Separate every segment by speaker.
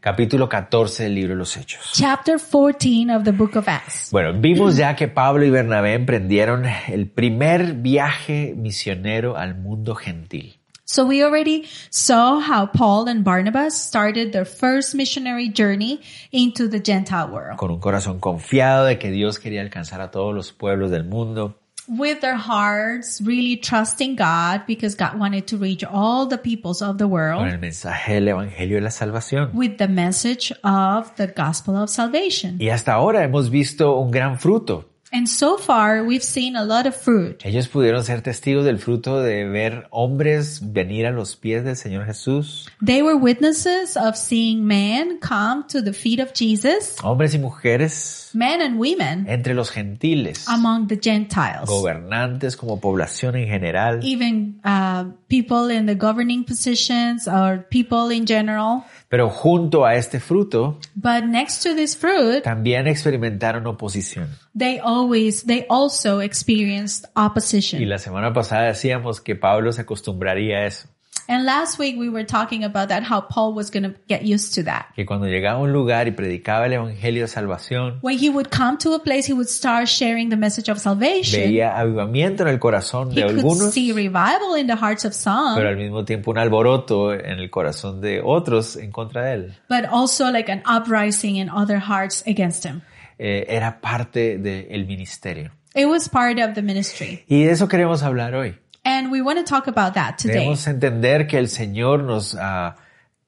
Speaker 1: Capítulo 14 del libro de los Hechos.
Speaker 2: Chapter 14 of the Book of Acts.
Speaker 1: Bueno, vimos ya que Pablo y Bernabé emprendieron el primer viaje misionero al mundo gentil.
Speaker 2: So we already saw how Paul and Barnabas started their first missionary journey into the Gentile world
Speaker 1: con un corazón confiado de que Dios quería alcanzar a todos los pueblos del mundo.
Speaker 2: with their hearts really trusting God because God wanted to reach all the peoples of the
Speaker 1: con
Speaker 2: world
Speaker 1: el mensaje del Evangelio de la Salvación.
Speaker 2: with the message of the gospel of salvation.
Speaker 1: Y hasta ahora hemos visto un gran fruto.
Speaker 2: And so far we've seen a lot of fruit.
Speaker 1: Ellos pudieron ser testigos del fruto de ver hombres venir a los pies del Señor Jesús,
Speaker 2: They were witnesses of seeing men come to the feet of Jesus,
Speaker 1: hombres y mujeres
Speaker 2: men and women
Speaker 1: entre los gentiles,
Speaker 2: among the Gentiles.
Speaker 1: gobernantes como población en general.
Speaker 2: even uh, people in the governing positions or people in general.
Speaker 1: Pero junto a este fruto
Speaker 2: But next to this fruit,
Speaker 1: también experimentaron oposición.
Speaker 2: they always, they also experienced
Speaker 1: Y
Speaker 2: opposition.
Speaker 1: la semana pasada decíamos que Pablo se acostumbraría a eso.
Speaker 2: And last week we were talking about that, how Paul was going to get used to that.
Speaker 1: que cuando llegaba a un lugar y predicaba el evangelio de salvación,
Speaker 2: When he would come to a place, he would start sharing the message of salvation.
Speaker 1: veía avivamiento en el corazón
Speaker 2: He
Speaker 1: de
Speaker 2: could
Speaker 1: algunos,
Speaker 2: see revival in the hearts of
Speaker 1: pero
Speaker 2: some,
Speaker 1: al mismo tiempo un alboroto en el corazón de otros en contra de él.
Speaker 2: but also like an uprising in other hearts against him.
Speaker 1: Eh, era parte del ministerio.
Speaker 2: It was part of the ministry.
Speaker 1: Y de eso queremos hablar hoy.
Speaker 2: And we want to talk about that today.
Speaker 1: Debemos entender que el Señor nos ah,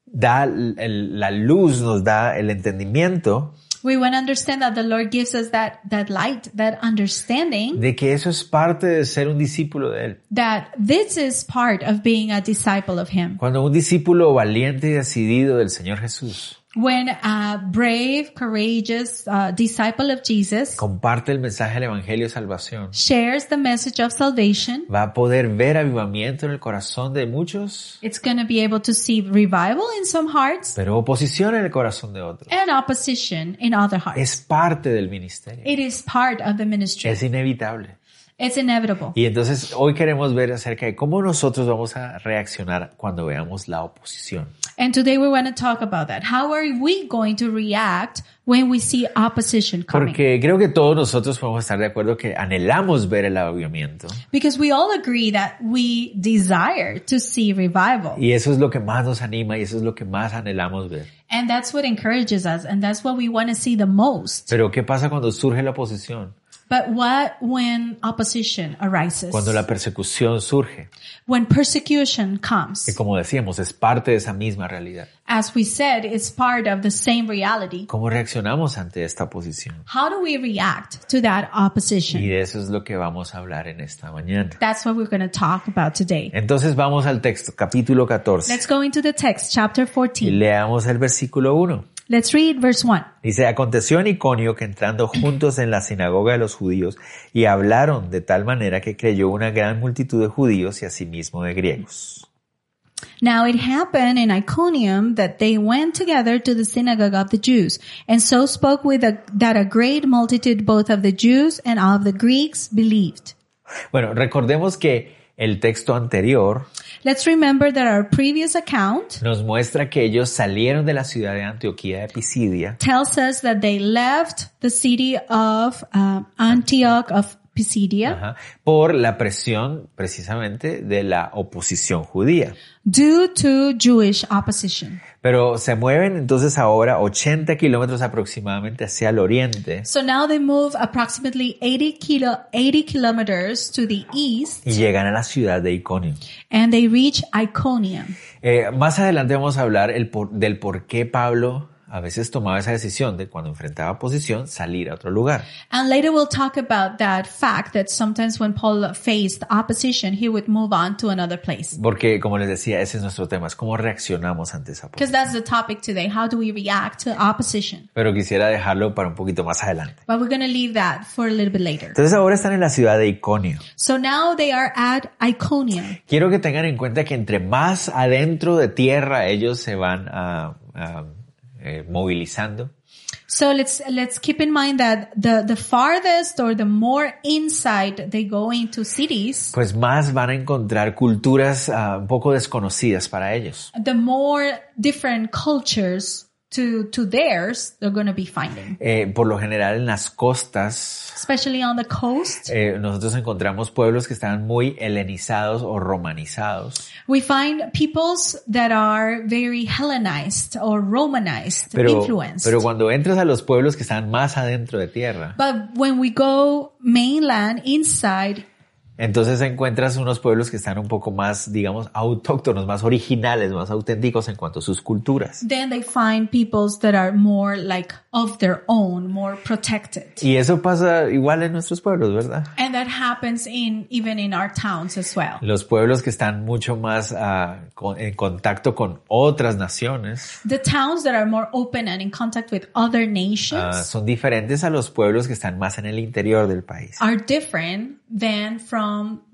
Speaker 1: da el- el- la luz, nos da el entendimiento
Speaker 2: We want to understand that the Lord gives us that, that light, that understanding
Speaker 1: de que eso es parte de ser un discípulo de Él.
Speaker 2: that this is part of being a disciple of Him.
Speaker 1: Cuando un discípulo valiente y decidido del Señor Jesús
Speaker 2: When a brave, courageous uh, disciple of Jesus
Speaker 1: comparte el mensaje del Evangelio de Salvación,
Speaker 2: shares the message of salvation,
Speaker 1: va a poder ver avivamiento en el corazón de muchos,
Speaker 2: it's going to be able to see revival in some hearts
Speaker 1: pero oposición en el corazón de otros.
Speaker 2: and opposition in other hearts.
Speaker 1: Es parte del ministerio.
Speaker 2: It is part of the ministry.
Speaker 1: Es inevitable.
Speaker 2: It's inevitable.
Speaker 1: Y entonces hoy queremos ver acerca de cómo nosotros vamos a reaccionar cuando veamos la oposición.
Speaker 2: And today we want to talk about that. How are we going to react when we see opposition coming?
Speaker 1: Porque creo que todos nosotros podemos estar de acuerdo que anhelamos ver el avivamiento.
Speaker 2: Because we all agree that we desire to see revival.
Speaker 1: Y eso es lo que más nos anima y eso es lo que más anhelamos ver.
Speaker 2: And that's what encourages us. And that's what we want to see the most.
Speaker 1: Pero ¿qué pasa cuando surge la oposición?
Speaker 2: But what when opposition arises?
Speaker 1: Cuando la persecución surge.
Speaker 2: when persecution
Speaker 1: Que
Speaker 2: comes?
Speaker 1: como decíamos, es parte de esa misma realidad.
Speaker 2: As we said, it's part of the same reality.
Speaker 1: ¿Cómo reaccionamos ante esta oposición?
Speaker 2: How do we react to that
Speaker 1: Y
Speaker 2: opposition?
Speaker 1: de eso es lo que vamos a hablar en esta mañana.
Speaker 2: That's what we're going to talk about today.
Speaker 1: Entonces vamos al texto, capítulo 14.
Speaker 2: Let's go into the text, chapter
Speaker 1: Y
Speaker 2: 14.
Speaker 1: leamos el versículo 1.
Speaker 2: Let's read verse 1.
Speaker 1: Dice, aconteció en Iconio que entrando juntos en la sinagoga de los judíos y hablaron de tal manera que creyó una gran multitud de judíos y asimismo de griegos.
Speaker 2: Now it happened in Iconium that they went together to the synagogue of the Jews, and so spoke with a, that a great multitude both of the Jews and of the Greeks believed.
Speaker 1: Bueno, recordemos que el texto anterior
Speaker 2: Let's remember that our previous account
Speaker 1: nos muestra que ellos salieron de la ciudad de Antioquía de Pisidia
Speaker 2: tells us that they left the city of um, Antioch of Pisidia
Speaker 1: ajá, por la presión precisamente de la oposición judía.
Speaker 2: due to Jewish opposition.
Speaker 1: Pero se mueven entonces ahora 80 kilómetros aproximadamente hacia el oriente
Speaker 2: So now they move approximately 80 kilo, 80 kilometers to the east
Speaker 1: y llegan a la ciudad de Iconio.
Speaker 2: and they reach Iconium.
Speaker 1: Eh, más adelante vamos a hablar el por- del por qué Pablo a veces tomaba esa decisión de cuando enfrentaba oposición salir a otro lugar.
Speaker 2: And later we'll talk about that fact that sometimes when Paul faced opposition, he would move on to another place.
Speaker 1: Porque, como les decía, ese es nuestro tema, es cómo reaccionamos ante esa
Speaker 2: Because
Speaker 1: oposición.
Speaker 2: that's the topic today. How do we react to opposition?
Speaker 1: Pero quisiera dejarlo para un poquito más adelante.
Speaker 2: But we're going to leave that for a little bit later.
Speaker 1: Entonces ahora están en la ciudad de Iconio.
Speaker 2: So now they are at Iconium.
Speaker 1: Quiero que tengan en cuenta que entre más adentro de tierra ellos se van ah, ah, eh, movilizando,
Speaker 2: So let's let's keep in mind that the the farthest or the more inside they go into cities,
Speaker 1: pues más van a encontrar culturas ah, un poco desconocidas para ellos.
Speaker 2: the more different cultures to to theirs they're going to be finding.
Speaker 1: Eh, por lo general en las costas
Speaker 2: Especially on the coast,
Speaker 1: eh, nosotros encontramos pueblos que están muy helenizados o romanizados,
Speaker 2: we find peoples that are very Hellenized or Romanized,
Speaker 1: pero,
Speaker 2: influenced.
Speaker 1: pero cuando entras a los pueblos que están más adentro de tierra,
Speaker 2: but when we go mainland inside,
Speaker 1: entonces encuentras unos pueblos que están un poco más, digamos, autóctonos, más originales, más auténticos en cuanto a sus culturas.
Speaker 2: then they find peoples that are more like of their own, more protected.
Speaker 1: Y eso pasa igual en nuestros pueblos, ¿verdad?
Speaker 2: And that happens in even in our towns as well.
Speaker 1: Los pueblos que están mucho más ah, con- en contacto con otras naciones
Speaker 2: The towns that are more open and in contact with other
Speaker 1: ah,
Speaker 2: nations
Speaker 1: son diferentes a los pueblos que están más en el interior del país.
Speaker 2: are different than from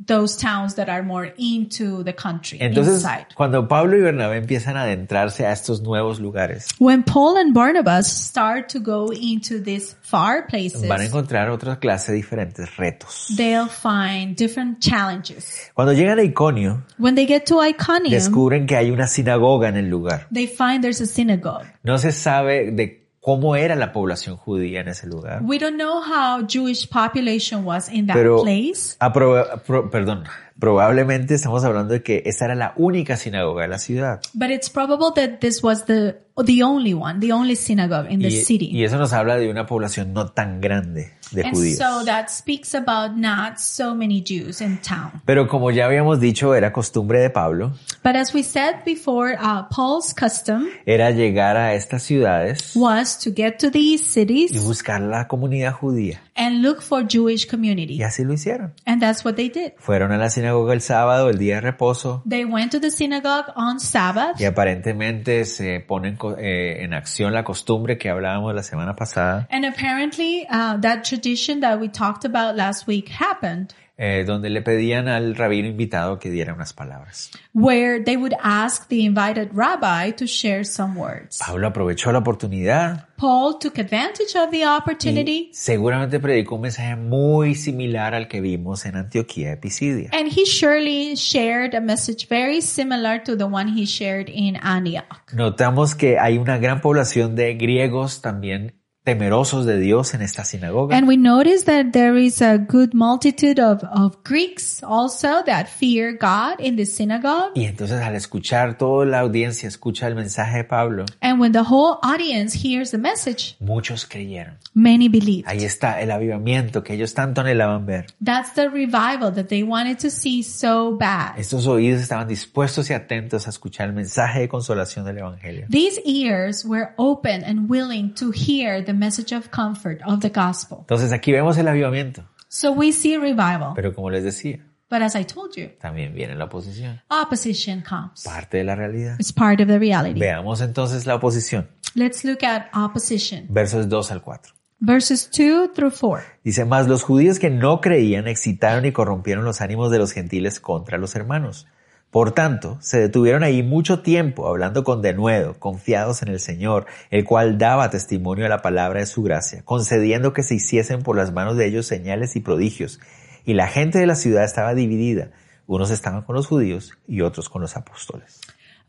Speaker 2: those towns that are more into the country
Speaker 1: Entonces,
Speaker 2: inside.
Speaker 1: cuando Pablo y Bernabé empiezan a adentrarse a estos nuevos lugares,
Speaker 2: When Paul and Barnabas start to go into these far places,
Speaker 1: van a encontrar otra clase de diferentes retos.
Speaker 2: they'll find different challenges.
Speaker 1: Cuando llegan a Iconio,
Speaker 2: When they get to Iconium,
Speaker 1: descubren que hay una sinagoga en el lugar.
Speaker 2: they find there's a synagogue.
Speaker 1: No se sabe de cómo era la población judía en ese lugar,
Speaker 2: We don't know how Jewish population was in that
Speaker 1: pero
Speaker 2: place.
Speaker 1: aproba- pro- perdón, probablemente estamos hablando de que esa era la única sinagoga de la ciudad.
Speaker 2: But it's probable that this was the the only one, the only synagogue in the
Speaker 1: Y,
Speaker 2: city.
Speaker 1: y eso nos habla de una población no tan grande de
Speaker 2: and
Speaker 1: judíos.
Speaker 2: so that speaks about not so many Jews in town.
Speaker 1: Pero como ya habíamos dicho, era costumbre de Pablo,
Speaker 2: But as we said before, uh, Paul's custom
Speaker 1: era llegar a estas ciudades
Speaker 2: was to get to these
Speaker 1: y
Speaker 2: cities
Speaker 1: buscar la comunidad judía.
Speaker 2: and look for Jewish community.
Speaker 1: Y así lo hicieron.
Speaker 2: And that's what they did.
Speaker 1: Fueron a la sinagoga el sábado, el día de reposo,
Speaker 2: They went to the synagogue on Sabbath
Speaker 1: y aparentemente se ponen co- eh, en acción la costumbre que hablábamos la semana pasada,
Speaker 2: and apparently uh, that tradition that we talked about last week happened
Speaker 1: eh, donde le pedían al rabino invitado que diera unas palabras.
Speaker 2: where they would ask the invited rabbi to share some words.
Speaker 1: Pablo aprovechó la oportunidad
Speaker 2: Paul took advantage of the
Speaker 1: y
Speaker 2: opportunity
Speaker 1: seguramente predicó un mensaje muy similar al que vimos en Antioquía de Pisidia.
Speaker 2: and he surely shared a message very similar to the one he shared in Antioch.
Speaker 1: Notamos que hay una gran población de griegos también temerosos de Dios en esta sinagoga.
Speaker 2: And we notice that there is a good multitude of, of Greeks also that fear God in the synagogue.
Speaker 1: Y entonces al escuchar toda la audiencia, escucha el mensaje de Pablo,
Speaker 2: And when the whole audience hears the message,
Speaker 1: muchos creyeron.
Speaker 2: many believe.
Speaker 1: Ahí está el avivamiento que ellos tanto anhelaban ver.
Speaker 2: That's the revival that they wanted to see so bad.
Speaker 1: Estos oídos estaban dispuestos y atentos a escuchar el mensaje de consolación del Evangelio.
Speaker 2: These ears were open and willing to hear the message of comfort of the gospel.
Speaker 1: Entonces aquí vemos el avivamiento,
Speaker 2: So we see revival.
Speaker 1: pero como les decía,
Speaker 2: But as I told you,
Speaker 1: también viene la oposición,
Speaker 2: opposition comes.
Speaker 1: parte de la realidad.
Speaker 2: It's part of the reality.
Speaker 1: Veamos entonces la oposición,
Speaker 2: Let's look at opposition.
Speaker 1: versos 2 al 4.
Speaker 2: Verses 2 through 4.
Speaker 1: Dice, más los judíos que no creían excitaron y corrompieron los ánimos de los gentiles contra los hermanos. Por tanto, se detuvieron ahí mucho tiempo hablando con denuedo, confiados en el Señor, el cual daba testimonio a la palabra de su gracia, concediendo que se hiciesen por las manos de ellos señales y prodigios. Y la gente de la ciudad estaba dividida. Unos estaban con los judíos y otros con los apóstoles.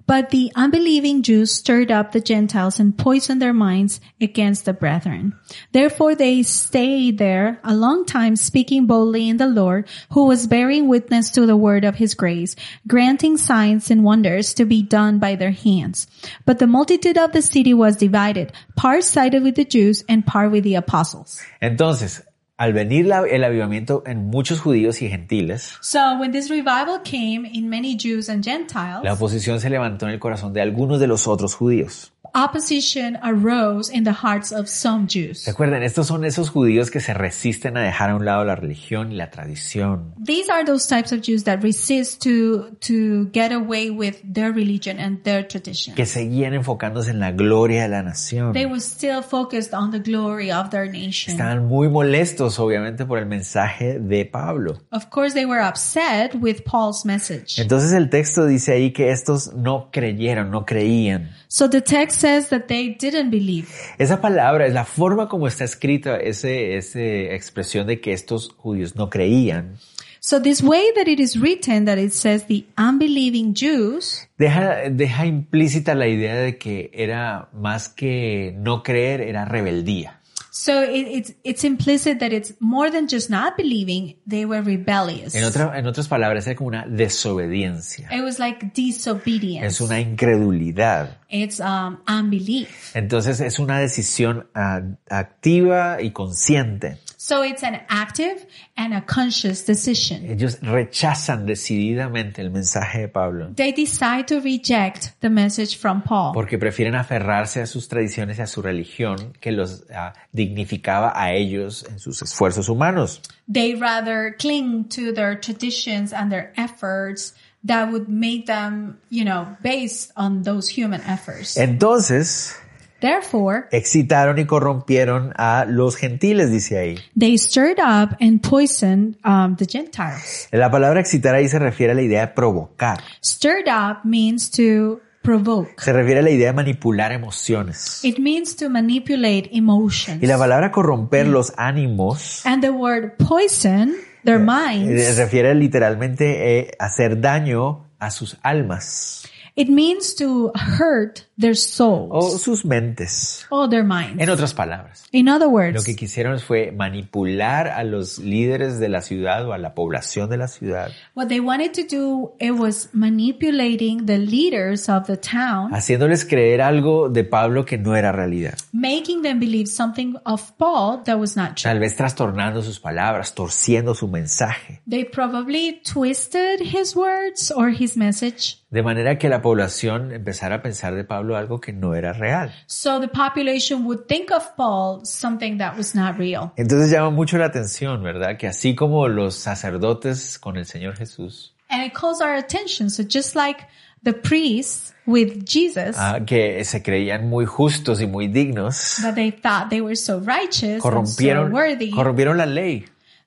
Speaker 2: But the unbelieving Jews stirred up the Gentiles and poisoned their minds against the brethren. Therefore they stayed there a long time speaking boldly in the Lord, who was bearing witness to the word of his grace, granting signs and wonders to be done by their hands. But the multitude of the city was divided, part sided with the Jews and part with the apostles.
Speaker 1: Entonces, al venir la- el avivamiento en muchos judíos y gentiles,
Speaker 2: So when this revival came in many Jews and
Speaker 1: La
Speaker 2: Gentiles,
Speaker 1: oposición se levantó en el corazón de algunos de los otros judíos.
Speaker 2: opposition arose in the hearts of some Jews.
Speaker 1: Recuerden, estos son esos judíos que se resisten a dejar a un lado la religión y la tradición.
Speaker 2: These are those types of Jews that resist to, to get away with their religion and their tradition.
Speaker 1: que seguían enfocándose en la gloria de la nación.
Speaker 2: They were still focused on the glory of their nation.
Speaker 1: Estaban muy molestos, obviamente, por el mensaje de Pablo.
Speaker 2: Of course, they were upset with Paul's message.
Speaker 1: Entonces el texto dice ahí que estos no creyeron, no creían.
Speaker 2: So the text says that they didn't believe.
Speaker 1: Esa palabra es la forma como está escrita ese, ese expresión de que estos judíos no creían.
Speaker 2: So this way that it is written that it says the unbelieving Jews,
Speaker 1: Deja, deja implícita la idea de que era más que no creer, era rebeldía.
Speaker 2: so it, it's, it's implicit that it's more than just not believing, they were rebellious.
Speaker 1: En, otra, en otras palabras, era como una desobediencia.
Speaker 2: It was like disobedience.
Speaker 1: Es una incredulidad.
Speaker 2: It's um, unbelief.
Speaker 1: Entonces es una decisión ah, activa y consciente.
Speaker 2: So it's an active and a conscious decision.
Speaker 1: Ellos rechazan decididamente el mensaje de Pablo
Speaker 2: They decide to reject the message from Paul
Speaker 1: porque prefieren aferrarse a sus tradiciones y a su religión que los ah, dignificaba a ellos en sus esfuerzos humanos.
Speaker 2: they rather cling to their traditions and their efforts that would make them, you know, based on those human efforts.
Speaker 1: Entonces
Speaker 2: Therefore,
Speaker 1: excitaron y corrompieron a los gentiles, dice ahí.
Speaker 2: they stirred up and poisoned um, the Gentiles.
Speaker 1: La palabra excitar ahí se refiere a la idea de provocar,
Speaker 2: Stirred up means to provoke.
Speaker 1: se refiere a la idea de manipular emociones.
Speaker 2: It means to manipulate emotions.
Speaker 1: Y la palabra corromper los ánimos
Speaker 2: And the word poison, their
Speaker 1: Eh,
Speaker 2: minds,
Speaker 1: Se refiere literalmente eh, hacer daño a sus almas
Speaker 2: it means to hurt their
Speaker 1: o
Speaker 2: souls
Speaker 1: sus mentes.
Speaker 2: or their minds.
Speaker 1: En otras palabras,
Speaker 2: In other
Speaker 1: Oh, lo
Speaker 2: words,
Speaker 1: que quisieron fue manipular a los líderes de la ciudad o a la población de la ciudad,
Speaker 2: what they wanted to do, it was manipulating the leaders of the
Speaker 1: Ah.
Speaker 2: town,
Speaker 1: haciéndoles creer algo de Pablo que no era realidad.
Speaker 2: making them believe something of Paul that was not true.
Speaker 1: Tal vez trastornando sus palabras, torciendo su mensaje,
Speaker 2: They probably twisted his words or his message.
Speaker 1: de manera que la población empezara a pensar de Pablo algo que no era real.
Speaker 2: So the population would think of Paul something that was not real.
Speaker 1: Entonces llama mucho la atención, ¿verdad? Que así como los sacerdotes con el Señor Jesús,
Speaker 2: And it calls our attention. So just like the priests with Jesus,
Speaker 1: Ah, que se creían muy justos y muy dignos,
Speaker 2: that they thought they were so righteous and so
Speaker 1: corrompieron,
Speaker 2: worthy, Oh.
Speaker 1: corrompieron la ley,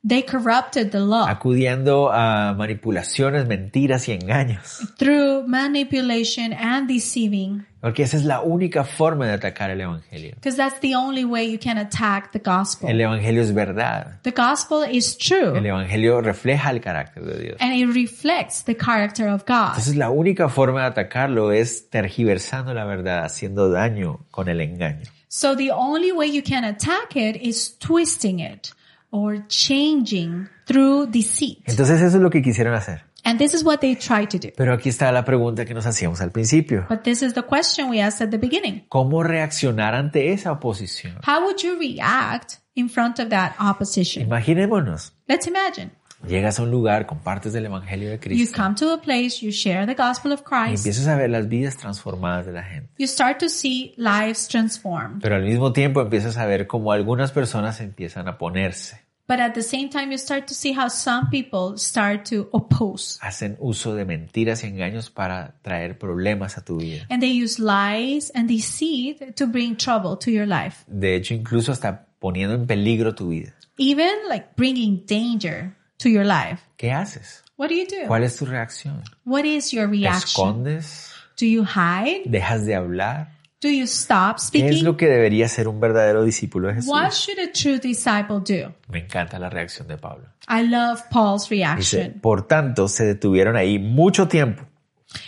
Speaker 2: they corrupted the law
Speaker 1: acudiendo a manipulaciones, mentiras y engaños.
Speaker 2: through manipulation and deceiving,
Speaker 1: Porque esa es la única forma de atacar el Evangelio.
Speaker 2: because that's the only way you can attack the gospel.
Speaker 1: El Evangelio es verdad.
Speaker 2: the gospel is true,
Speaker 1: El Evangelio refleja el carácter de Dios.
Speaker 2: and it reflects the character of God.
Speaker 1: Entonces la única forma de atacarlo es tergiversando la verdad, haciendo daño con el engaño.
Speaker 2: So the only way you can attack it is twisting it or changing through deceit.
Speaker 1: Entonces eso es lo que quisieron hacer.
Speaker 2: And this is what they try to do.
Speaker 1: Pero aquí está la pregunta que nos hacíamos al principio.
Speaker 2: But this is the question we asked at the beginning.
Speaker 1: ¿Cómo reaccionar ante esa oposición?
Speaker 2: How would you react in front of that opposition?
Speaker 1: Imaginémonos.
Speaker 2: Let's imagine
Speaker 1: Llegas a un lugar, compartes del Evangelio de
Speaker 2: you
Speaker 1: Cristo
Speaker 2: come to a place, you share the gospel of
Speaker 1: y
Speaker 2: Christ,
Speaker 1: empiezas a ver las vidas transformadas de la gente.
Speaker 2: you start to see lives transformed.
Speaker 1: Pero al mismo tiempo empiezas a ver cómo algunas personas empiezan a ponerse,
Speaker 2: But at the same time, you start to see how some people start to oppose
Speaker 1: hacen uso de mentiras y engaños para traer problemas a tu vida.
Speaker 2: and they use lies and deceit to bring trouble to your life,
Speaker 1: De hecho, incluso hasta poniendo en peligro tu vida.
Speaker 2: even like bringing danger to your life.
Speaker 1: ¿Qué haces?
Speaker 2: What do you do?
Speaker 1: ¿Cuál es tu reacción?
Speaker 2: What is your
Speaker 1: ¿Te
Speaker 2: reaction?
Speaker 1: escondes?
Speaker 2: Do you hide?
Speaker 1: ¿Dejas de hablar?
Speaker 2: Do you stop
Speaker 1: ¿Qué es lo
Speaker 2: speaking?
Speaker 1: que debería ser un verdadero discípulo de
Speaker 2: What
Speaker 1: Jesús?
Speaker 2: should a true disciple do?
Speaker 1: Me encanta la reacción de Pablo.
Speaker 2: I love Paul's
Speaker 1: Dice,
Speaker 2: reaction.
Speaker 1: por tanto, se detuvieron ahí mucho tiempo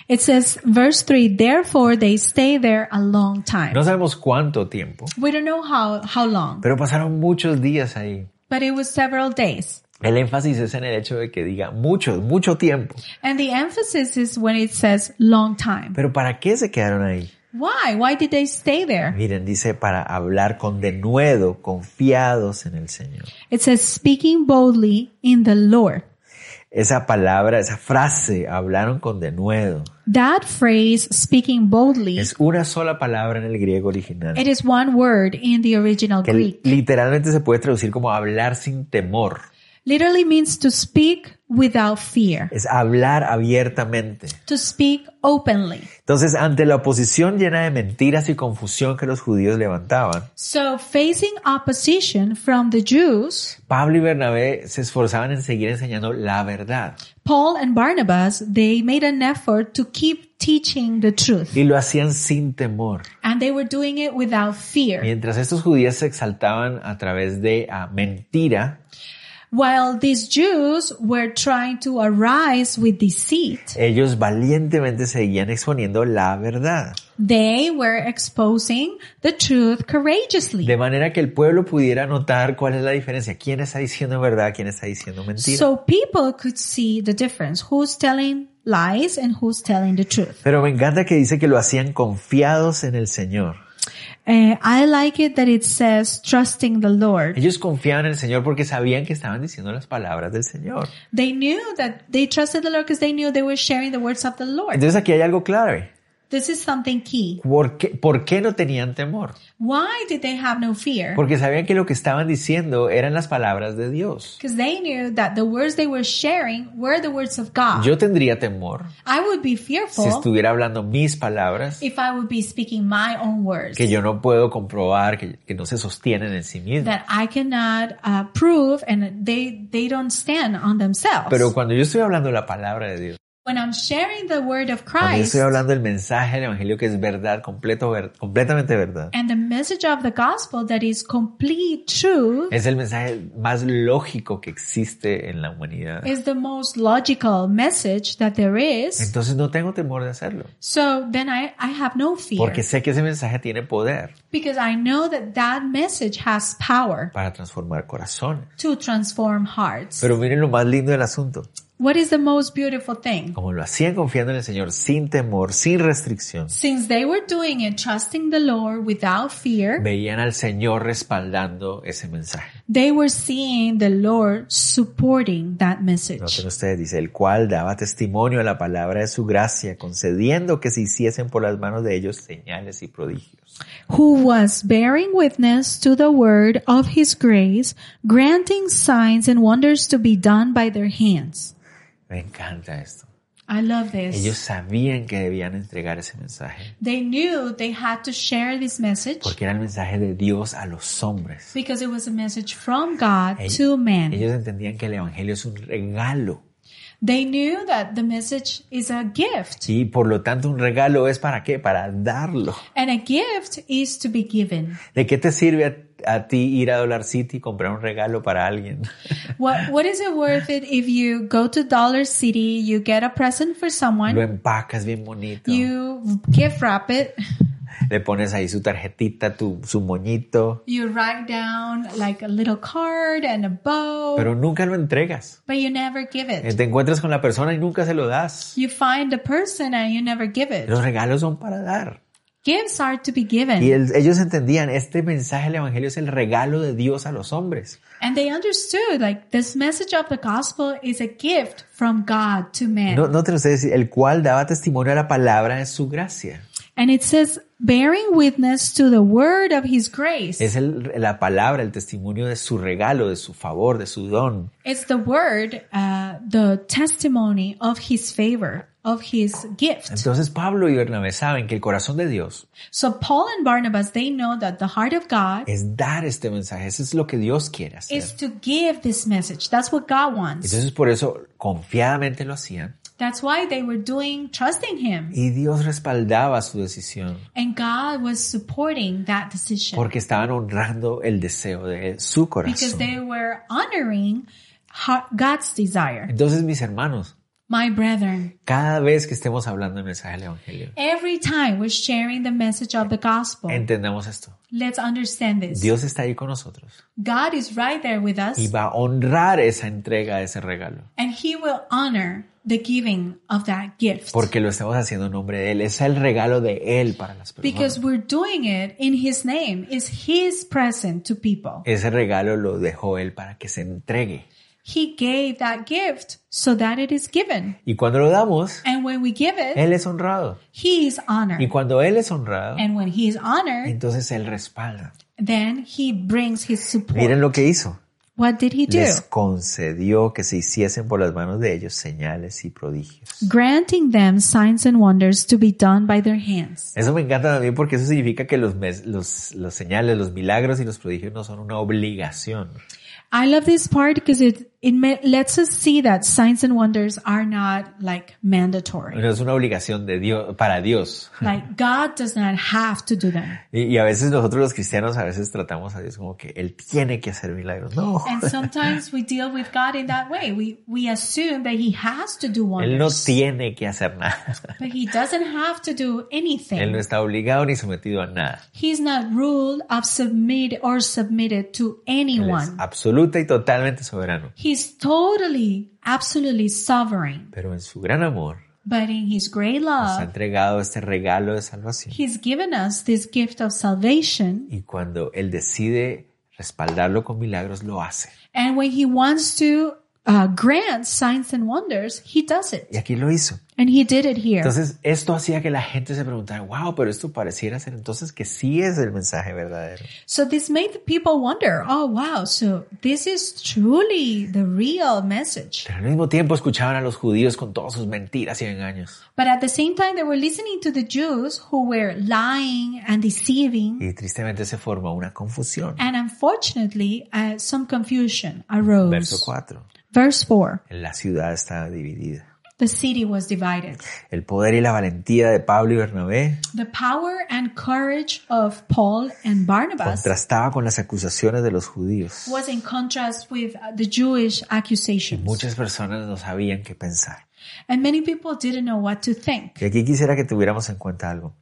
Speaker 2: It says, verse 3, therefore they stay there a long time.
Speaker 1: No sabemos cuánto tiempo,
Speaker 2: We don't know how, how long,
Speaker 1: pero pasaron muchos días ahí.
Speaker 2: but it was several days.
Speaker 1: El énfasis es en el hecho de que diga mucho, mucho tiempo.
Speaker 2: And the emphasis is when it says long time.
Speaker 1: Pero ¿para qué se quedaron ahí?
Speaker 2: Why? Why did they stay there?
Speaker 1: Miren, dice para hablar con denuedo, confiados en el Señor.
Speaker 2: It says speaking boldly in the Lord.
Speaker 1: esa palabra, esa frase, hablaron con denuedo.
Speaker 2: That phrase, speaking boldly,
Speaker 1: Es una sola palabra en el griego original.
Speaker 2: it is one word in the original
Speaker 1: que
Speaker 2: Greek.
Speaker 1: literalmente se puede traducir como hablar sin temor.
Speaker 2: Literally means to speak without fear,
Speaker 1: Es hablar abiertamente.
Speaker 2: to speak openly.
Speaker 1: Entonces, ante la oposición llena de mentiras y confusión que los judíos levantaban,
Speaker 2: So facing opposition from the Jews,
Speaker 1: Pablo y Bernabé se esforzaban en seguir enseñando la verdad.
Speaker 2: Paul and Barnabas, they made an effort to keep teaching the truth.
Speaker 1: Y lo hacían sin temor.
Speaker 2: And they were doing it without fear.
Speaker 1: Mientras estos judíos se exaltaban a través de ah, mentira,
Speaker 2: While these Jews were trying to arise with deceit,
Speaker 1: ellos valientemente seguían exponiendo la verdad.
Speaker 2: they were exposing the truth courageously.
Speaker 1: De manera que el pueblo pudiera notar cuál es la diferencia. ¿Quién está diciendo verdad? ¿Quién está diciendo mentira?
Speaker 2: So people could see the difference. Who's telling lies and who's telling the truth.
Speaker 1: Pero me encanta que dice que lo hacían confiados en el Señor.
Speaker 2: Uh, I like it that it says trusting the Lord.
Speaker 1: Ellos confiaban en el Señor porque sabían que estaban diciendo las palabras del Señor.
Speaker 2: They knew that they trusted the Lord because they knew they were sharing the words of the Lord.
Speaker 1: Entonces aquí hay algo clave.
Speaker 2: This is something key.
Speaker 1: ¿Por qué, por qué no tenían temor?
Speaker 2: Why did they have no fear?
Speaker 1: Porque sabían que lo que estaban diciendo eran las palabras de Dios.
Speaker 2: Because they knew that the words they were sharing were the words of God.
Speaker 1: Yo tendría temor
Speaker 2: I would be
Speaker 1: si
Speaker 2: fearful
Speaker 1: estuviera hablando mis palabras
Speaker 2: if I would be speaking my own words
Speaker 1: que yo no puedo comprobar, que, que no se sostienen en sí mismas.
Speaker 2: that I cannot uh, prove and they, they don't stand on themselves.
Speaker 1: Pero cuando yo estoy hablando la palabra de Dios,
Speaker 2: when I'm sharing the word of
Speaker 1: Cuando yo
Speaker 2: Christ
Speaker 1: estoy hablando del mensaje del evangelio que es verdad, completo, ver- completamente verdad,
Speaker 2: and the message of the gospel that is complete truth
Speaker 1: es el mensaje más lógico que existe en la humanidad.
Speaker 2: is the most logical message that there is.
Speaker 1: Entonces no tengo temor de hacerlo,
Speaker 2: So then I, I have no fear
Speaker 1: porque sé que ese mensaje tiene poder
Speaker 2: because I know that that message has power
Speaker 1: para transformar corazones.
Speaker 2: to transform hearts.
Speaker 1: Pero miren lo más lindo del asunto,
Speaker 2: What is the most beautiful thing?
Speaker 1: como lo hacían confiando en el Señor, sin temor, sin restricción,
Speaker 2: Since they were doing it, trusting the Lord without fear,
Speaker 1: veían al Señor respaldando ese mensaje.
Speaker 2: they were seeing the Lord supporting that message.
Speaker 1: Noten ustedes, dice, el cual daba testimonio a la palabra de su gracia, concediendo que se hiciesen por las manos de ellos señales y prodigios.
Speaker 2: Who was bearing witness to the word of his grace, granting signs and wonders to be done by their hands.
Speaker 1: Me encanta esto.
Speaker 2: I love this.
Speaker 1: Ellos sabían que debían entregar ese mensaje,
Speaker 2: They knew they had to share this message
Speaker 1: porque era el mensaje de Dios a los hombres.
Speaker 2: because it was a message from God
Speaker 1: Ell-
Speaker 2: to man.
Speaker 1: Ellos entendían que el Evangelio es un regalo
Speaker 2: They knew that the message is a gift
Speaker 1: y por lo tanto un regalo es para qué, para darlo.
Speaker 2: and a gift is to be given.
Speaker 1: ¿De qué te sirve a, a ti ir a Dollar City y comprar un regalo para alguien?
Speaker 2: What, what is it worth it if you go to Dollar City, you get a present for
Speaker 1: Lo
Speaker 2: someone,
Speaker 1: empacas bien bonito,
Speaker 2: you gift wrap it,
Speaker 1: le pones ahí su tarjetita, tu, su moñito,
Speaker 2: you write down like a little card and a bow,
Speaker 1: pero nunca lo entregas.
Speaker 2: but you never give
Speaker 1: Eh,
Speaker 2: it.
Speaker 1: Te encuentras con la persona y nunca se lo das.
Speaker 2: You find the person and you never give it.
Speaker 1: Los regalos son para dar.
Speaker 2: Gifts are to be given.
Speaker 1: Y el- ellos entendían, este mensaje del Evangelio es el regalo de Dios a los hombres.
Speaker 2: And they understood like this message of the gospel is a gift from God to man.
Speaker 1: No, no te lo sé decir, el cual daba testimonio a la palabra de su gracia.
Speaker 2: And it says bearing witness to the word of his grace.
Speaker 1: Es el- la palabra, el testimonio de su regalo, de su favor, de su don.
Speaker 2: It's the word, uh, the testimony of his favor, of his gift.
Speaker 1: Entonces Pablo y Bernabé saben que el corazón de Dios
Speaker 2: So Paul and Barnabas, they know that the heart of God
Speaker 1: es dar este mensaje, eso es lo que Dios quiere hacer.
Speaker 2: is to give this message. That's what God wants.
Speaker 1: Entonces por eso confiadamente lo hacían
Speaker 2: That's why they were doing, trusting him.
Speaker 1: y Dios respaldaba su decisión
Speaker 2: And God was supporting that decision
Speaker 1: porque estaban honrando el deseo de su
Speaker 2: because they
Speaker 1: corazón.
Speaker 2: were honoring ho- God's desire.
Speaker 1: Entonces mis hermanos,
Speaker 2: My brethren,
Speaker 1: Cada vez que estemos hablando del mensaje del Evangelio,
Speaker 2: every time we're sharing the message of the gospel,
Speaker 1: entendamos esto.
Speaker 2: let's understand this.
Speaker 1: Dios está ahí con nosotros
Speaker 2: God is right there with us.
Speaker 1: y va a honrar esa entrega, ese regalo,
Speaker 2: And he will honor the giving of that gift.
Speaker 1: porque lo estamos haciendo en nombre de Él. Es el regalo de Él para las
Speaker 2: Because
Speaker 1: personas.
Speaker 2: we're doing it in his name. It's his present to people.
Speaker 1: Ese regalo lo dejó Él para que se entregue.
Speaker 2: He gave that gift so that it is given.
Speaker 1: Y cuando lo damos,
Speaker 2: And when we give it,
Speaker 1: Él es honrado.
Speaker 2: he is
Speaker 1: Y
Speaker 2: honored.
Speaker 1: cuando Él es honrado,
Speaker 2: And when he is honored,
Speaker 1: entonces Él respalda.
Speaker 2: then he brings his support.
Speaker 1: Miren lo que hizo.
Speaker 2: What did he do?
Speaker 1: Les concedió que se hiciesen por las manos de ellos señales y prodigios.
Speaker 2: Granting them signs and wonders to be done by their hands.
Speaker 1: Eso me encanta también porque eso significa que los, mes- los, los señales, los milagros y los prodigios no son una obligación.
Speaker 2: I love this part because it, it ma- lets us see that signs and wonders are not like mandatory.
Speaker 1: No es una obligación de Dios, para Dios.
Speaker 2: Like God does not have to do them.
Speaker 1: Y, y a veces nosotros los cristianos a veces tratamos a Dios como que Él tiene que hacer milagros. No,
Speaker 2: And sometimes we deal with God in that way. We, we assume that he has to do
Speaker 1: Él no
Speaker 2: wonders,
Speaker 1: tiene que hacer nada.
Speaker 2: but he doesn't have to do
Speaker 1: Él no
Speaker 2: anything.
Speaker 1: está obligado ni sometido a nada.
Speaker 2: He's not ruled of submit or submitted to
Speaker 1: Él es
Speaker 2: anyone.
Speaker 1: absoluta y totalmente soberano.
Speaker 2: He's totally, absolutely sovereign,
Speaker 1: Pero en su gran amor
Speaker 2: but in his great
Speaker 1: nos ha
Speaker 2: love,
Speaker 1: entregado este regalo de salvación.
Speaker 2: He's given us this gift of salvation,
Speaker 1: Y cuando Él decide respaldarlo con milagros, lo hace.
Speaker 2: and when He wants to uh, grant signs and wonders, He does
Speaker 1: Y
Speaker 2: it.
Speaker 1: aquí lo hizo.
Speaker 2: And He did it here.
Speaker 1: Entonces, esto hacía que la gente se preguntara, wow, pero esto pareciera ser entonces que sí es el mensaje verdadero.
Speaker 2: So this made the people wonder oh, wow, so this is truly the real message.
Speaker 1: Pero al mismo tiempo escuchaban a los judíos con todas sus mentiras y engaños.
Speaker 2: But at the same time, they were listening to the Jews who were lying and deceiving.
Speaker 1: Y tristemente se forma una confusión.
Speaker 2: And unfortunately, uh, some confusion
Speaker 1: Verso
Speaker 2: arose.
Speaker 1: 4.
Speaker 2: Verse 4
Speaker 1: La ciudad estaba dividida.
Speaker 2: The city was divided.
Speaker 1: El poder y la valentía de Pablo y Bernabé
Speaker 2: The power and courage of Paul and Barnabas
Speaker 1: contrastaba con las acusaciones de los judíos.
Speaker 2: was in contrast with uh, the Jewish accusations.
Speaker 1: Muchas personas no sabían qué pensar.
Speaker 2: And many people didn't know what to think.
Speaker 1: Y aquí quisiera que tuviéramos en cuenta algo.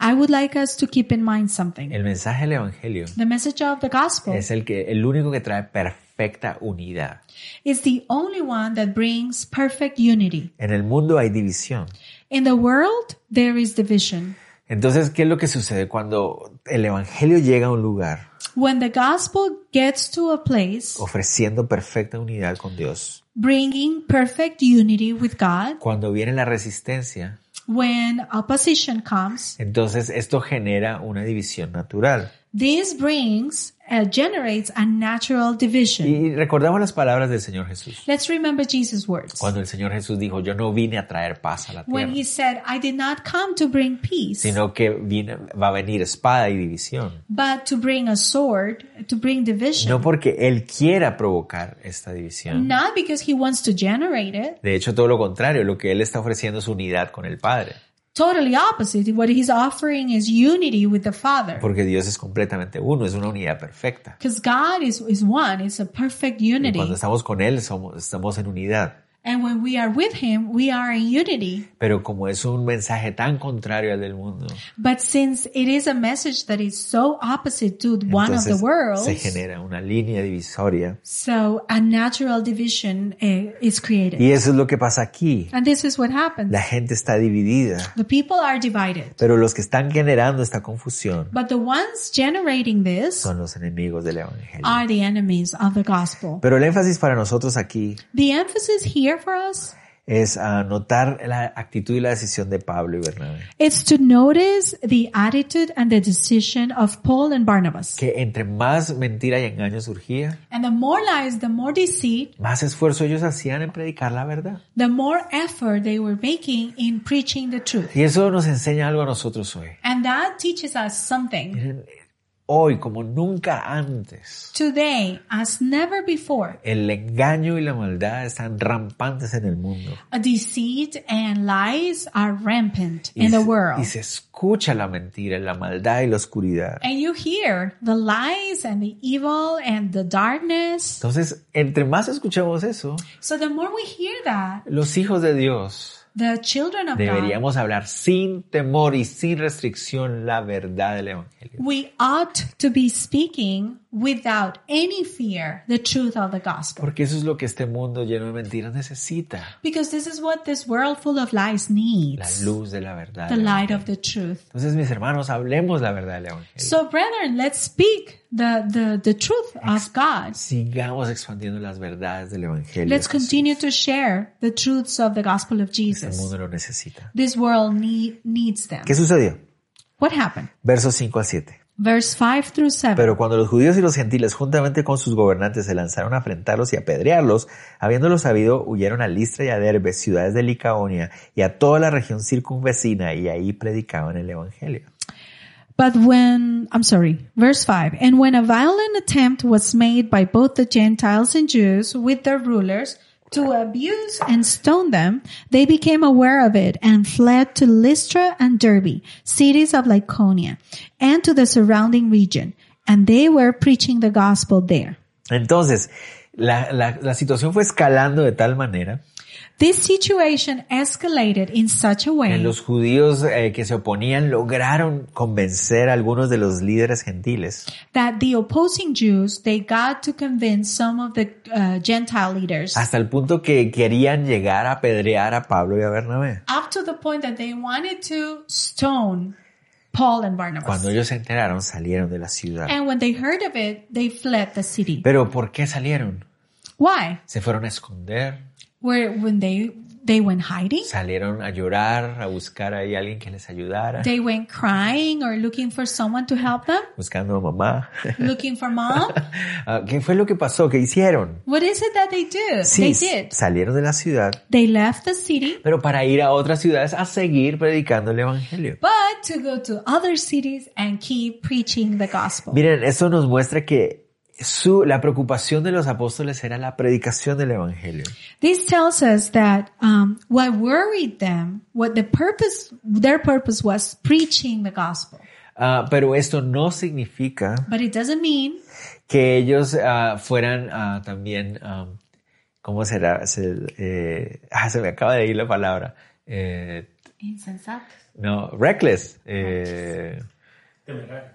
Speaker 2: I would like us to keep in mind something.
Speaker 1: El mensaje del Evangelio
Speaker 2: The message of the gospel
Speaker 1: es el, que, el único que trae perfecta unidad.
Speaker 2: is the only one that brings perfect unity.
Speaker 1: En el mundo hay división.
Speaker 2: In the world, there is division.
Speaker 1: Entonces, ¿qué es lo que sucede cuando el Evangelio llega a un lugar
Speaker 2: When the gospel gets to a
Speaker 1: Oh.
Speaker 2: place,
Speaker 1: ofreciendo perfecta unidad con Dios?
Speaker 2: bringing perfect unity with God,
Speaker 1: Cuando viene la resistencia,
Speaker 2: when opposition comes,
Speaker 1: entonces esto genera una división natural.
Speaker 2: this brings, uh, generates a natural division.
Speaker 1: Y recordamos las palabras del Señor Jesús.
Speaker 2: Let's remember Jesus' words.
Speaker 1: Cuando el Señor Jesús dijo, yo no vine a traer paz a la
Speaker 2: when
Speaker 1: tierra,
Speaker 2: he said, I did not come to bring peace,
Speaker 1: sino que vine- va a venir espada y división.
Speaker 2: but to bring a sword, to bring division.
Speaker 1: No porque Él quiera provocar esta división.
Speaker 2: Not because he wants to generate it.
Speaker 1: De hecho, todo lo contrario, lo que Él está ofreciendo es unidad con el Padre,
Speaker 2: Totally opposite. What he's offering is unity with the Father.
Speaker 1: porque Dios es completamente uno, es una unidad perfecta.
Speaker 2: Because God is, is one. It's a perfect
Speaker 1: Y
Speaker 2: unity.
Speaker 1: cuando estamos con Él, somos, estamos en unidad.
Speaker 2: And when we are with him, we are in unity.
Speaker 1: Pero como es un mensaje tan contrario al del mundo,
Speaker 2: But since it is a message that is so opposite to one of the
Speaker 1: entonces se
Speaker 2: worlds,
Speaker 1: genera una línea divisoria.
Speaker 2: so a natural division eh, is created.
Speaker 1: Y eso es lo que pasa aquí.
Speaker 2: And this is what happens.
Speaker 1: La gente está dividida,
Speaker 2: The people are divided.
Speaker 1: pero los que están generando esta confusión
Speaker 2: But the ones generating this
Speaker 1: son los enemigos del Evangelio.
Speaker 2: are the enemies of the gospel.
Speaker 1: Pero el énfasis para nosotros aquí
Speaker 2: The emphasis here for us
Speaker 1: es a notar la actitud y la decisión de Pablo y Bernabé.
Speaker 2: is to notice the attitude and the decision of Paul and Barnabas.
Speaker 1: Que entre más mentira y engaño surgía,
Speaker 2: And the more lies, the more deceit,
Speaker 1: más esfuerzo ellos hacían en predicar la verdad.
Speaker 2: the more effort they were making in preaching the truth.
Speaker 1: Y eso nos enseña algo a nosotros hoy.
Speaker 2: And that teaches us something.
Speaker 1: Miren, Hoy, como nunca antes,
Speaker 2: Today, as never before,
Speaker 1: el engaño y la maldad están rampantes en el mundo.
Speaker 2: a deceit and lies are rampant
Speaker 1: Y,
Speaker 2: in the
Speaker 1: se-
Speaker 2: world.
Speaker 1: y se escucha la mentira, la maldad y la oscuridad.
Speaker 2: And you hear the lies and the evil and the darkness.
Speaker 1: Entonces, entre más escuchamos eso,
Speaker 2: So the more we hear that,
Speaker 1: los hijos de Dios
Speaker 2: the children of God,
Speaker 1: deberíamos hablar sin temor y sin restricción la verdad del Evangelio.
Speaker 2: we ought to be speaking without any fear the truth of the gospel.
Speaker 1: Porque eso es lo que este mundo lleno de mentiras necesita.
Speaker 2: Because this is what this world full of lies
Speaker 1: La
Speaker 2: needs
Speaker 1: luz de la verdad.
Speaker 2: the
Speaker 1: del
Speaker 2: light
Speaker 1: Evangelio.
Speaker 2: of the truth.
Speaker 1: Entonces, mis hermanos, hablemos la verdad del Evangelio.
Speaker 2: So, brethren, let's speak the, the, the truth of God.
Speaker 1: Sigamos expandiendo las verdades del Evangelio.
Speaker 2: Let's continue to share the truths of the gospel of
Speaker 1: El
Speaker 2: Jesus.
Speaker 1: Este mundo lo necesita.
Speaker 2: This world need, needs them.
Speaker 1: ¿Qué sucedió?
Speaker 2: What happened?
Speaker 1: Versos 5 al 7.
Speaker 2: Verse 5 through 7.
Speaker 1: Pero cuando los judíos y los gentiles, juntamente con sus gobernantes, se lanzaron a afrentarlos y apedrearlos, habiéndolo sabido, huyeron a Listra y a Derbe, ciudades de Licaonia, y a toda la región circunvecina, y ahí predicaban el Evangelio.
Speaker 2: But when, I'm sorry, verse 5, and when a violent attempt was made by both the Gentiles and Jews with their rulers to abuse and stone them, they became aware of it and fled to Lystra and Derbe, cities of Lycaonia, and to the surrounding region. And they were preaching the gospel there.
Speaker 1: Entonces, la, la- la situación fue escalando de tal manera
Speaker 2: This situation escalated in such a
Speaker 1: que
Speaker 2: way
Speaker 1: los judíos eh, que se oponían lograron convencer a algunos de los líderes gentiles
Speaker 2: that the opposing Jews, they got to convince some of the uh, Gentile leaders
Speaker 1: hasta el punto que querían llegar a apedrear a Pablo y a Bernabé.
Speaker 2: up to the point that they wanted to stone Paul and Barnabas.
Speaker 1: Cuando ellos se enteraron, salieron de la ciudad.
Speaker 2: and when they heard of it, they fled the city.
Speaker 1: Pero ¿por qué salieron?
Speaker 2: Why?
Speaker 1: Se fueron a esconder,
Speaker 2: Where when they they went hiding,
Speaker 1: salieron a llorar, a buscar ahí a alguien que les ayudara,
Speaker 2: they went crying or looking for someone to help them,
Speaker 1: buscando a mamá.
Speaker 2: looking for mom.
Speaker 1: Ah, ¿Qué fue lo que pasó? ¿Qué hicieron?
Speaker 2: What is it that they do?
Speaker 1: Sí,
Speaker 2: They did.
Speaker 1: salieron de la ciudad,
Speaker 2: They left the city,
Speaker 1: pero para ir a otras ciudades a seguir predicando el Evangelio.
Speaker 2: but to go to other cities and keep preaching the gospel.
Speaker 1: Miren, eso nos muestra que su, la preocupación de los apóstoles era la predicación del Evangelio.
Speaker 2: This tells us that um, what worried them, what the purpose, their purpose was preaching the gospel.
Speaker 1: Ah, pero esto no significa
Speaker 2: But it doesn't mean
Speaker 1: que ellos ah, fueran ah, también, ah, ¿cómo será? Se, eh, ah, se me acaba de ir la palabra. Eh, no, reckless. eh,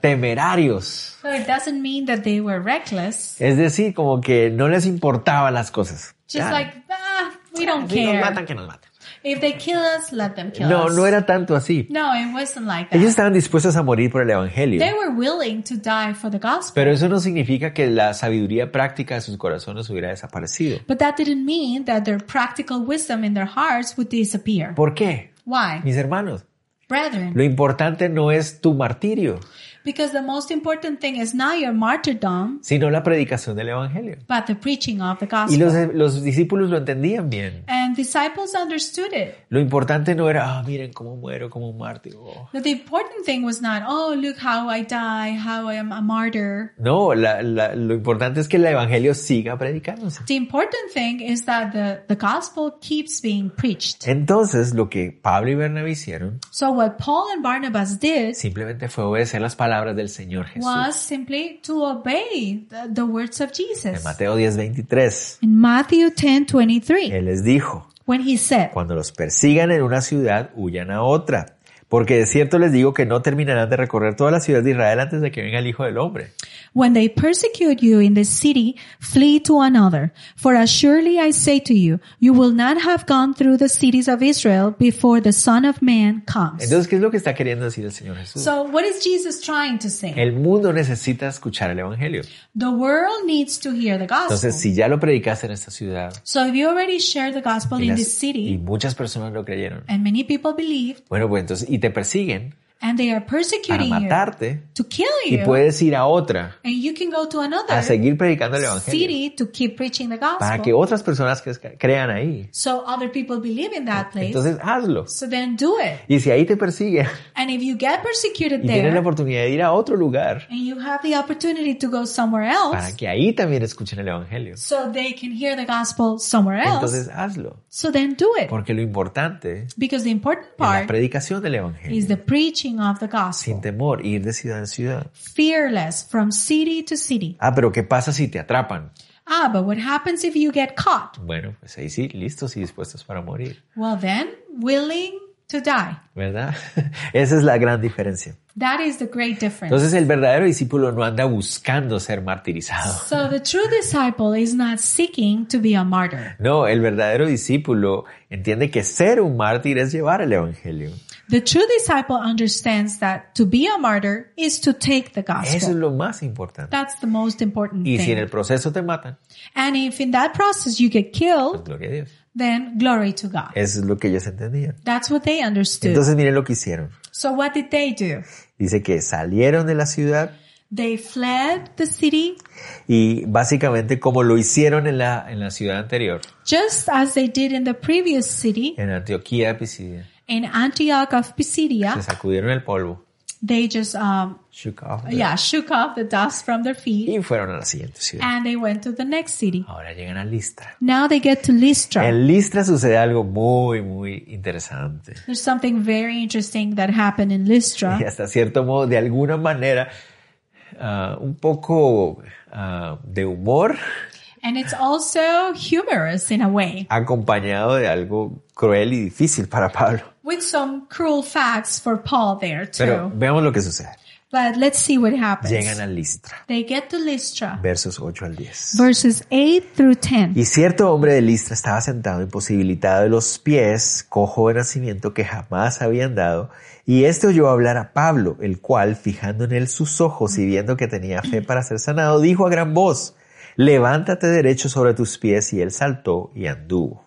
Speaker 1: temerarios.
Speaker 2: So it doesn't mean that they were reckless.
Speaker 1: Es decir, como que no les importaban las cosas.
Speaker 2: Just
Speaker 1: Ah,
Speaker 2: like, ah, we don't
Speaker 1: si nos
Speaker 2: care.
Speaker 1: matan, que nos matan.
Speaker 2: If they kill us, let them kill
Speaker 1: No,
Speaker 2: us.
Speaker 1: no era tanto así.
Speaker 2: No, it wasn't like that.
Speaker 1: Ellos estaban dispuestos a morir por el Evangelio.
Speaker 2: They were willing to die for the gospel.
Speaker 1: Pero eso no significa que la sabiduría práctica de sus corazones hubiera desaparecido.
Speaker 2: But that didn't mean that their practical wisdom in their hearts would disappear.
Speaker 1: ¿Por qué?
Speaker 2: Why?
Speaker 1: Mis hermanos,
Speaker 2: Brethren,
Speaker 1: lo importante no es tu martirio,
Speaker 2: because the most important thing is not your martyrdom,
Speaker 1: sino la predicación del Evangelio.
Speaker 2: but the preaching of the
Speaker 1: Y los,
Speaker 2: gospel.
Speaker 1: los discípulos lo entendían bien.
Speaker 2: And disciples understood it.
Speaker 1: Lo importante no era, ah, miren cómo muero como un mártir. oh".
Speaker 2: But the important thing was not, oh, look how I die, how I am a martyr.
Speaker 1: No, la- la- lo importante es que el Evangelio siga predicándose.
Speaker 2: The important thing is that the, the gospel keeps being preached.
Speaker 1: Entonces, lo que Pablo y Bernabé hicieron
Speaker 2: So what Paul and Barnabas did
Speaker 1: simplemente fue obedecer las palabras del Señor Jesús.
Speaker 2: was simply to obey the, the words of
Speaker 1: En
Speaker 2: Jesus.
Speaker 1: Mateo 10:23,
Speaker 2: In Matthew 10, 23,
Speaker 1: Él les dijo,
Speaker 2: when he said,
Speaker 1: Cuando los persigan en una ciudad, huyan a otra. Porque de cierto les digo que no terminarán de recorrer toda la ciudad de Israel antes de que venga el Hijo del Hombre.
Speaker 2: When they persecute you in the city, flee to another. For as surely I say to you, you will not have gone through the cities of Israel before the Son of Man comes.
Speaker 1: Entonces, ¿qué es lo que está queriendo decir el Señor Jesús?
Speaker 2: So what is Jesus trying to say?
Speaker 1: el mundo necesita escuchar el Evangelio.
Speaker 2: The world needs to hear the gospel.
Speaker 1: Entonces, si ya lo predicaste en esta ciudad
Speaker 2: So if you already share the gospel
Speaker 1: y,
Speaker 2: in
Speaker 1: las-
Speaker 2: this
Speaker 1: y
Speaker 2: city,
Speaker 1: muchas personas lo creyeron,
Speaker 2: and many people believed,
Speaker 1: bueno, pues entonces, y te persiguen
Speaker 2: and they are
Speaker 1: para
Speaker 2: persecuting you
Speaker 1: matarte
Speaker 2: to kill
Speaker 1: y
Speaker 2: you,
Speaker 1: puedes ir a otra
Speaker 2: and you can go to
Speaker 1: a
Speaker 2: another
Speaker 1: seguir predicando el Evangelio
Speaker 2: city to keep preaching the
Speaker 1: para que
Speaker 2: gospel,
Speaker 1: otras personas crezca- crean ahí.
Speaker 2: so other people believe in that place.
Speaker 1: Entonces, hazlo.
Speaker 2: So then do it.
Speaker 1: Y si ahí te persiguen
Speaker 2: And if you get persecuted
Speaker 1: y tienes la
Speaker 2: there,
Speaker 1: oportunidad de ir a otro lugar,
Speaker 2: and you have the opportunity to go somewhere
Speaker 1: para
Speaker 2: else,
Speaker 1: que ahí también escuchen el Evangelio.
Speaker 2: so they can hear the gospel somewhere else,
Speaker 1: Entonces hazlo,
Speaker 2: so then do it.
Speaker 1: porque lo importante es
Speaker 2: Because the important
Speaker 1: la
Speaker 2: part
Speaker 1: predicación del
Speaker 2: is
Speaker 1: Evangelio,
Speaker 2: the preaching of the
Speaker 1: sin
Speaker 2: gospel,
Speaker 1: temor, ir de ciudad en ciudad.
Speaker 2: fearless from city to city.
Speaker 1: Ah, pero ¿qué pasa si te atrapan?
Speaker 2: Ah, but what happens if you get caught?
Speaker 1: Bueno, pues ahí sí, listos y dispuestos para morir.
Speaker 2: Well, then, willing to die.
Speaker 1: ¿verdad? Esa es la gran diferencia.
Speaker 2: That is the great difference.
Speaker 1: Entonces el verdadero discípulo no anda buscando ser martirizado.
Speaker 2: so the true disciple is not seeking to be a martyr.
Speaker 1: No, el verdadero discípulo entiende que ser un mártir es llevar el Evangelio.
Speaker 2: The true disciple understands that to be a martyr is to take the
Speaker 1: Eso es
Speaker 2: gospel.
Speaker 1: lo más importante.
Speaker 2: That's the most important
Speaker 1: Y si en
Speaker 2: thing.
Speaker 1: el proceso te matan,
Speaker 2: And if in that process you get
Speaker 1: pues
Speaker 2: killed,
Speaker 1: gloria a Dios.
Speaker 2: then glory to God.
Speaker 1: Eso es lo que ellos entendían.
Speaker 2: That's what they understood.
Speaker 1: Entonces miren lo que hicieron.
Speaker 2: So what did they do?
Speaker 1: Dice que salieron de la ciudad
Speaker 2: They fled the city
Speaker 1: y básicamente como lo hicieron en la, en la ciudad anterior,
Speaker 2: just as they did in the previous city
Speaker 1: en Antioquía de Pisidia,
Speaker 2: in Antioch of
Speaker 1: se
Speaker 2: Pisidia.
Speaker 1: sacudieron el polvo
Speaker 2: They just, um,
Speaker 1: shook off the-
Speaker 2: yeah, shook off the dust from their feet
Speaker 1: y fueron a la siguiente ciudad.
Speaker 2: and they went to the next city.
Speaker 1: Ahora llegan a Listra.
Speaker 2: Now they get to Lystra.
Speaker 1: En Listra sucede algo muy, muy interesante.
Speaker 2: There's something very interesting that happened in Lystra.
Speaker 1: Y hasta cierto modo, de alguna manera, ah, un poco ah, de humor
Speaker 2: And it's also humorous in a way,
Speaker 1: acompañado de algo cruel y difícil para Pablo.
Speaker 2: with some cruel facts for Paul there too.
Speaker 1: Pero veamos lo que sucede.
Speaker 2: but let's see what happens.
Speaker 1: Llegan a Listra,
Speaker 2: They get to Lystra,
Speaker 1: versos 8 al 10.
Speaker 2: verses 8 through 10.
Speaker 1: Y cierto hombre de Listra estaba sentado imposibilitado de los pies, cojo de nacimiento que jamás había andado, y este oyó hablar a Pablo, el cual, fijando en él sus ojos y viendo que tenía fe para ser sanado, dijo a gran voz, levántate derecho sobre tus pies, y él saltó y anduvo.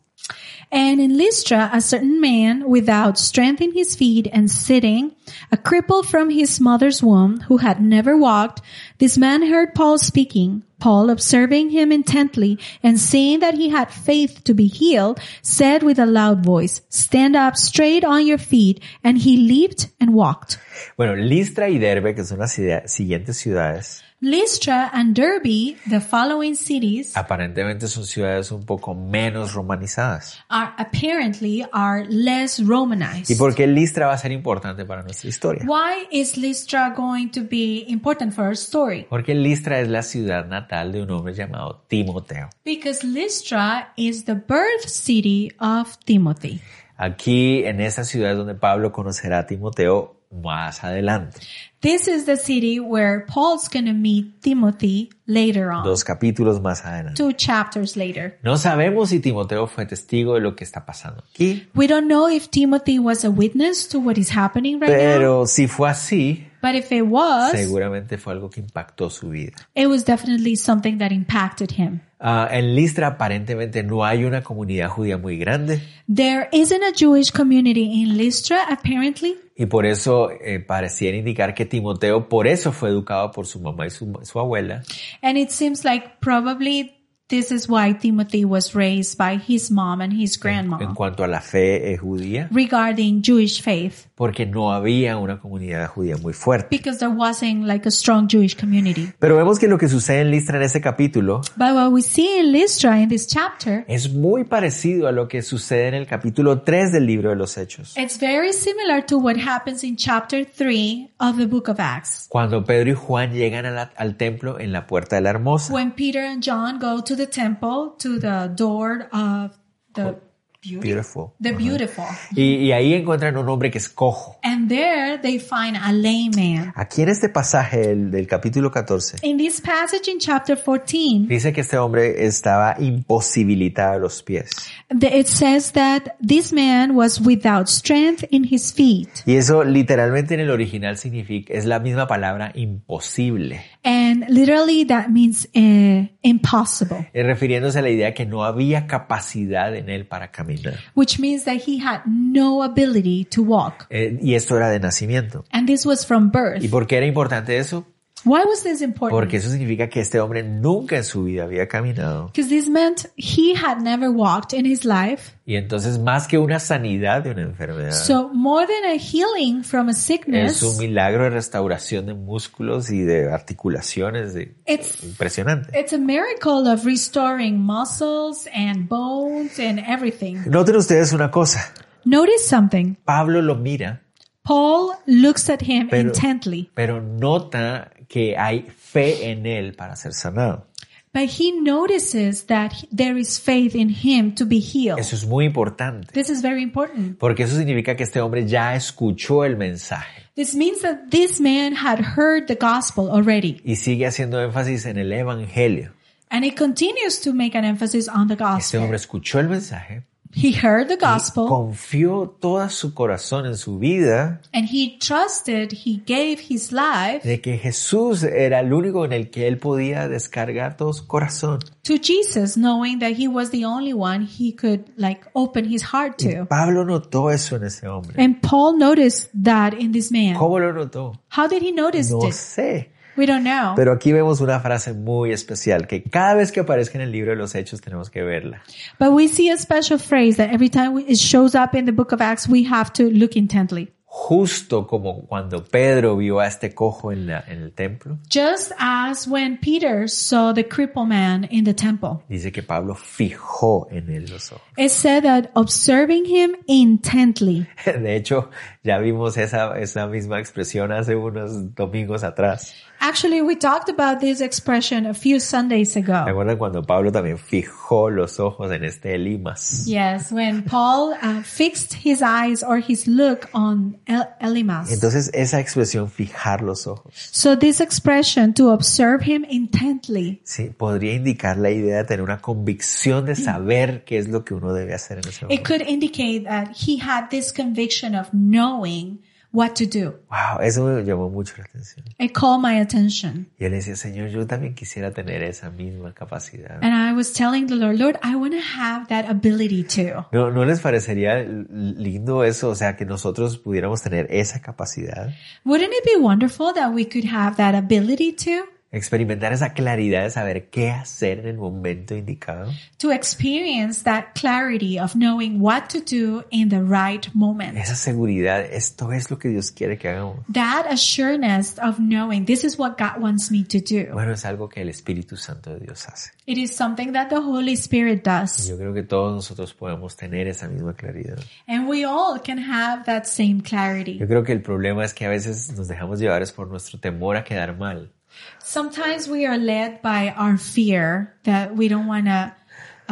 Speaker 2: And in Lystra, a certain man, without strength in his feet and sitting, a cripple from his mother's womb, who had never walked, this man heard Paul speaking. Paul, observing him intently and seeing that he had faith to be healed, said with a loud voice, Stand up straight on your feet. And he leaped and walked.
Speaker 1: Bueno, Listra y Derbe, que son las idea- siguientes ciudades,
Speaker 2: Lystra and Derbe, the following cities,
Speaker 1: aparentemente son ciudades un poco menos romanizadas.
Speaker 2: are apparently are less Romanized.
Speaker 1: ¿Y por qué Listra va a ser importante para nuestra historia?
Speaker 2: Why is Lystra going to be important for our story?
Speaker 1: Porque Listra es la ciudad natal de un hombre llamado Timoteo.
Speaker 2: Because Lystra is the birth city of Timothy.
Speaker 1: Aquí en esta ciudad es donde Pablo conocerá a Timoteo más adelante,
Speaker 2: This is the city where Paul's going to meet Timothy later on,
Speaker 1: dos capítulos más adelante.
Speaker 2: two chapters later.
Speaker 1: No sabemos si Timoteo fue testigo de lo que está pasando aquí,
Speaker 2: We don't know if Timothy was a witness to what is happening right now,
Speaker 1: pero si fue así,
Speaker 2: but if it was,
Speaker 1: seguramente fue algo que impactó su vida.
Speaker 2: it was definitely something that impacted him.
Speaker 1: Ah, en Listra aparentemente no hay una comunidad judía muy grande
Speaker 2: There isn't a Jewish community in Lystra, apparently,
Speaker 1: y por eso eh, pareciera indicar que Timoteo por eso fue educado por su mamá y su, su abuela
Speaker 2: And it seems like probably this is why Timothy was raised by his mom and his
Speaker 1: en
Speaker 2: grandma
Speaker 1: cuanto a la fe eh, judía,
Speaker 2: regarding Jewish faith
Speaker 1: porque no había una comunidad judía muy fuerte.
Speaker 2: because there wasn't like a strong Jewish community.
Speaker 1: Pero vemos que lo que sucede en Listra en ese capítulo
Speaker 2: But what we see in Lystra in this chapter,
Speaker 1: es muy parecido a lo que sucede en el capítulo 3 del libro de los Hechos,
Speaker 2: it's very similar to what happens in chapter 3 of the book of Acts
Speaker 1: cuando Pedro y Juan llegan a la- al templo en la puerta de la hermosa.
Speaker 2: when Peter and John go to the temple to the door of the beauty,
Speaker 1: Beautiful.
Speaker 2: the beautiful.
Speaker 1: Y, y ahí encuentran un hombre que es cojo.
Speaker 2: And there they find a lame man.
Speaker 1: Aquí en este pasaje del, del capítulo 14
Speaker 2: In this passage in chapter 14,
Speaker 1: dice que este hombre estaba imposibilitado a los pies.
Speaker 2: The- It says that this man was without strength in his feet.
Speaker 1: Y eso literalmente en el original significa, es la misma palabra imposible,
Speaker 2: And literally that means uh, impossible,
Speaker 1: eh, refiriéndose a la idea que no había capacidad en él para caminar.
Speaker 2: which means that he had no ability to walk.
Speaker 1: Eh, y esto era de nacimiento.
Speaker 2: And this was from
Speaker 1: ¿Y
Speaker 2: birth.
Speaker 1: por qué era importante eso?
Speaker 2: Why was this important?
Speaker 1: Porque eso significa que este hombre nunca en su vida había caminado.
Speaker 2: Because this meant he had never walked in his life.
Speaker 1: Y entonces, más que una sanidad de una enfermedad,
Speaker 2: So more than a healing from a
Speaker 1: es un
Speaker 2: sickness,
Speaker 1: milagro de restauración de músculos y de articulaciones de-
Speaker 2: it's
Speaker 1: impresionante.
Speaker 2: it's a miracle of restoring muscles and bones and everything.
Speaker 1: Noten ustedes una cosa.
Speaker 2: Notice something.
Speaker 1: Pablo lo mira,
Speaker 2: Paul looks at him
Speaker 1: Pero-
Speaker 2: intently.
Speaker 1: pero nota que hay fe en él para ser sanado.
Speaker 2: But he notices that he- there is faith in him to be healed.
Speaker 1: Eso es muy importante,
Speaker 2: This is very important.
Speaker 1: porque eso significa que este hombre ya escuchó el mensaje
Speaker 2: This means that this man had heard the gospel already.
Speaker 1: y sigue haciendo énfasis en el Evangelio.
Speaker 2: And it continues to make an emphasis on the
Speaker 1: Este
Speaker 2: gospel.
Speaker 1: hombre escuchó el mensaje,
Speaker 2: He heard the gospel
Speaker 1: confió todo su corazón en su vida
Speaker 2: and he trusted, he gave his life
Speaker 1: de que Jesús era el único en el que él podía descargar todo su corazón.
Speaker 2: to Jesus, knowing that he was the only one he could like open his heart
Speaker 1: Y
Speaker 2: to.
Speaker 1: Pablo notó eso en ese hombre.
Speaker 2: And Paul noticed that in this man.
Speaker 1: ¿Cómo lo notó?
Speaker 2: How did he notice
Speaker 1: No
Speaker 2: this?
Speaker 1: sé.
Speaker 2: We don't know.
Speaker 1: Pero aquí vemos una frase muy especial que cada vez que aparezca en el libro de los Hechos tenemos que verla.
Speaker 2: But we see a special phrase that every time we- it shows up in the book of Acts, we have to look intently.
Speaker 1: Justo como cuando Pedro vio a este cojo en, la- en el templo,
Speaker 2: Just as when Peter saw the crippled man in the temple,
Speaker 1: dice que Pablo fijó en él los ojos.
Speaker 2: it said that observing him intently.
Speaker 1: De hecho, ya vimos esa, esa misma expresión hace unos domingos atrás.
Speaker 2: Actually, we talked about this expression a few Sundays
Speaker 1: ¿Se
Speaker 2: ago.
Speaker 1: acuerdan cuando Pablo también fijó los ojos en este Elimas?
Speaker 2: Yes, when Paul uh, fixed his eyes or his look on El- Elimas.
Speaker 1: Entonces, esa expresión fijar los ojos
Speaker 2: So this expression to observe him intently
Speaker 1: sí, podría indicar la idea de tener una convicción de saber qué es lo que uno debe hacer en ese
Speaker 2: It
Speaker 1: momento.
Speaker 2: could indicate that he had this conviction of knowing what to do.
Speaker 1: Wow, eso me llamó mucho la atención.
Speaker 2: It called my attention.
Speaker 1: Yo le decía, Señor, yo también quisiera tener esa misma capacidad.
Speaker 2: And I was telling the Lord, Lord, I want to have that ability too.
Speaker 1: ¿No, ¿No les parecería lindo eso? O sea, que nosotros pudiéramos tener esa capacidad,
Speaker 2: Wouldn't it be wonderful that we could have that ability too?
Speaker 1: experimentar esa claridad de saber qué hacer en el momento indicado.
Speaker 2: To experience that clarity of knowing what to do in the right moment.
Speaker 1: Esa seguridad, esto es lo que Dios quiere que hagamos.
Speaker 2: That assurance of knowing this is what God wants me to do.
Speaker 1: Bueno, es algo que el Espíritu Santo de Dios hace.
Speaker 2: It is something that the Holy Spirit does.
Speaker 1: Yo creo que todos nosotros podemos tener esa misma claridad.
Speaker 2: And we all can have that same clarity.
Speaker 1: Yo creo que el problema es que a veces nos dejamos llevar es por nuestro temor a quedar mal.
Speaker 2: Sometimes we are led by our fear that we don't want to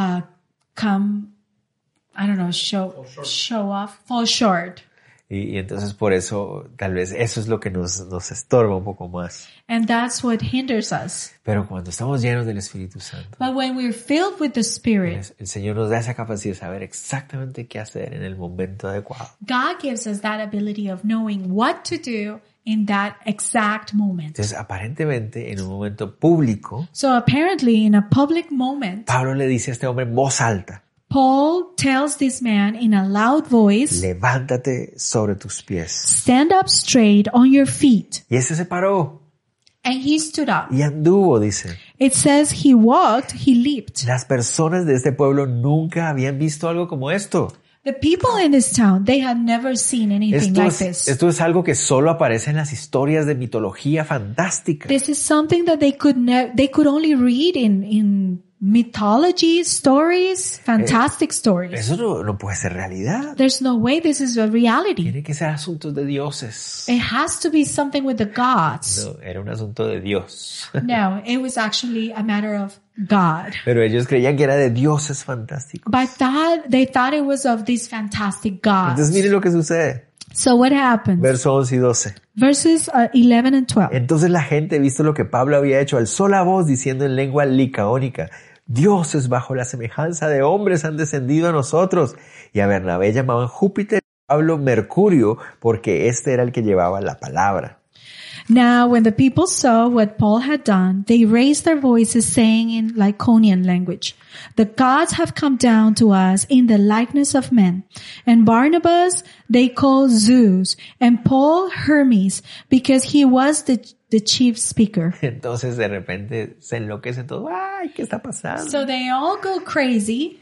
Speaker 2: uh, come, I don't know, show show off, fall short,
Speaker 1: Y, y entonces por eso tal vez eso es lo que nos, nos estorba un poco más.
Speaker 2: and that's what hinders us.
Speaker 1: Pero cuando estamos llenos del Espíritu Santo,
Speaker 2: But when we're filled with the Spirit,
Speaker 1: es- el Señor nos da esa capacidad de saber exactamente qué hacer en el momento adecuado.
Speaker 2: God gives us that ability of knowing what to do in that exact moment.
Speaker 1: Entonces aparentemente en un momento público,
Speaker 2: So apparently, in a public moment,
Speaker 1: Pablo le dice a este hombre en voz alta,
Speaker 2: Paul tells this man in a loud voice,
Speaker 1: levántate sobre tus pies.
Speaker 2: "Stand up straight on your feet."
Speaker 1: Y ese se paró
Speaker 2: And he stood up.
Speaker 1: y anduvo, dice.
Speaker 2: It says he walked, he leaped.
Speaker 1: Las personas de este pueblo nunca habían visto algo como esto.
Speaker 2: The people in this town, they had never seen anything
Speaker 1: Esto
Speaker 2: like
Speaker 1: es,
Speaker 2: this.
Speaker 1: esto es algo que solo aparece en las historias de mitología fantástica.
Speaker 2: This is something that they could ne- they could only read in in mythology stories, fantastic stories.
Speaker 1: Eso no, no puede ser realidad.
Speaker 2: There's no way this is a reality.
Speaker 1: Tiene que ser asuntos de dioses.
Speaker 2: It has to be something with the gods.
Speaker 1: No, era un asunto de Dios.
Speaker 2: No, it was actually a matter of God.
Speaker 1: Pero ellos creían que era de dioses fantásticos.
Speaker 2: But that they thought it was of these fantastic gods.
Speaker 1: Entonces miren lo que sucede.
Speaker 2: So what happened?
Speaker 1: Verso 11 y 12.
Speaker 2: Verses uh, 11 and 12.
Speaker 1: Entonces la gente, visto lo que Pablo había hecho, alzó la voz diciendo en lengua licaónica, dioses bajo la semejanza de hombres han descendido a nosotros. Y a Bernabé llamaban Júpiter, a Pablo Mercurio, porque este era el que llevaba la palabra.
Speaker 2: Now, when the people saw what Paul had done, they raised their voices saying in Lyconian language, the gods have come down to us in the likeness of men. And Barnabas they called Zeus and Paul Hermes because he was the, the chief speaker.
Speaker 1: Entonces de repente se enloquece todo, ay, ¿qué está pasando?
Speaker 2: So they all go crazy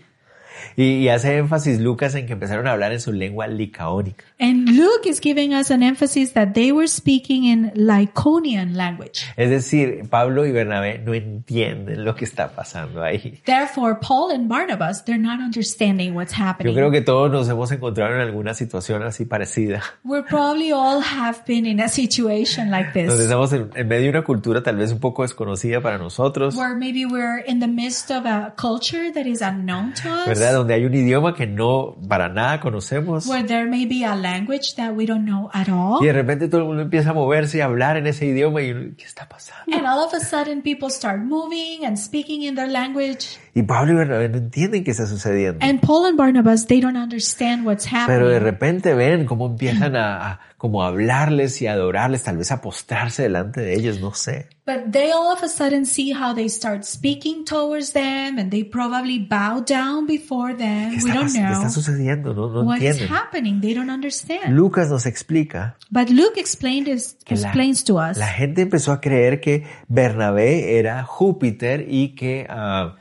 Speaker 1: Y, y hace énfasis Lucas en que empezaron a hablar en su lengua licaónica.
Speaker 2: And Luke is giving us an emphasis that they were speaking in Lyconian language.
Speaker 1: Es decir, Pablo y Bernabé no entienden lo que está pasando ahí.
Speaker 2: Therefore, Paul and Barnabas, they're not understanding what's
Speaker 1: Yo
Speaker 2: happening.
Speaker 1: creo que todos nos hemos encontrado en alguna situación así parecida,
Speaker 2: We probably all have been in a situation like
Speaker 1: donde
Speaker 2: this,
Speaker 1: estamos en, en medio de una cultura tal vez un poco desconocida para nosotros,
Speaker 2: where maybe we're in the midst of a culture that is unknown to
Speaker 1: ¿verdad?
Speaker 2: us,
Speaker 1: Donde hay un idioma que no para nada conocemos.
Speaker 2: where there may be a language that we don't know at all.
Speaker 1: Y de repente todo el mundo empieza a moverse y a hablar en ese idioma y uno, ¿qué está pasando?
Speaker 2: And all of a sudden, people start moving and speaking in their language.
Speaker 1: Y Pablo y Bernabé no entienden qué está sucediendo.
Speaker 2: And Paul and Barnabas, they don't understand what's
Speaker 1: Pero de
Speaker 2: happening.
Speaker 1: repente ven cómo empiezan a, a- como a hablarles y a adorarles, tal vez a postrarse delante de ellos, no sé.
Speaker 2: But they all of a sudden see how they start speaking towards them and they probably bow down before
Speaker 1: ¿Qué
Speaker 2: them. We
Speaker 1: está,
Speaker 2: don't
Speaker 1: pas- qué
Speaker 2: know
Speaker 1: está sucediendo? No, no
Speaker 2: what is
Speaker 1: entienden.
Speaker 2: happening. They don't understand.
Speaker 1: Lucas nos explica
Speaker 2: But Luke explained this,
Speaker 1: que la,
Speaker 2: explains to us
Speaker 1: la gente empezó a creer que Bernabé era Júpiter y que ah,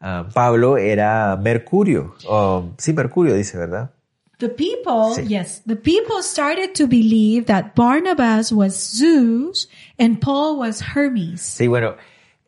Speaker 1: ah, Pablo era Mercurio. O- sí, Mercurio dice, ¿verdad?
Speaker 2: the people,
Speaker 1: Sí.
Speaker 2: yes, the people started to believe that Barnabas was Zeus and Paul was Hermes.
Speaker 1: Sí, bueno,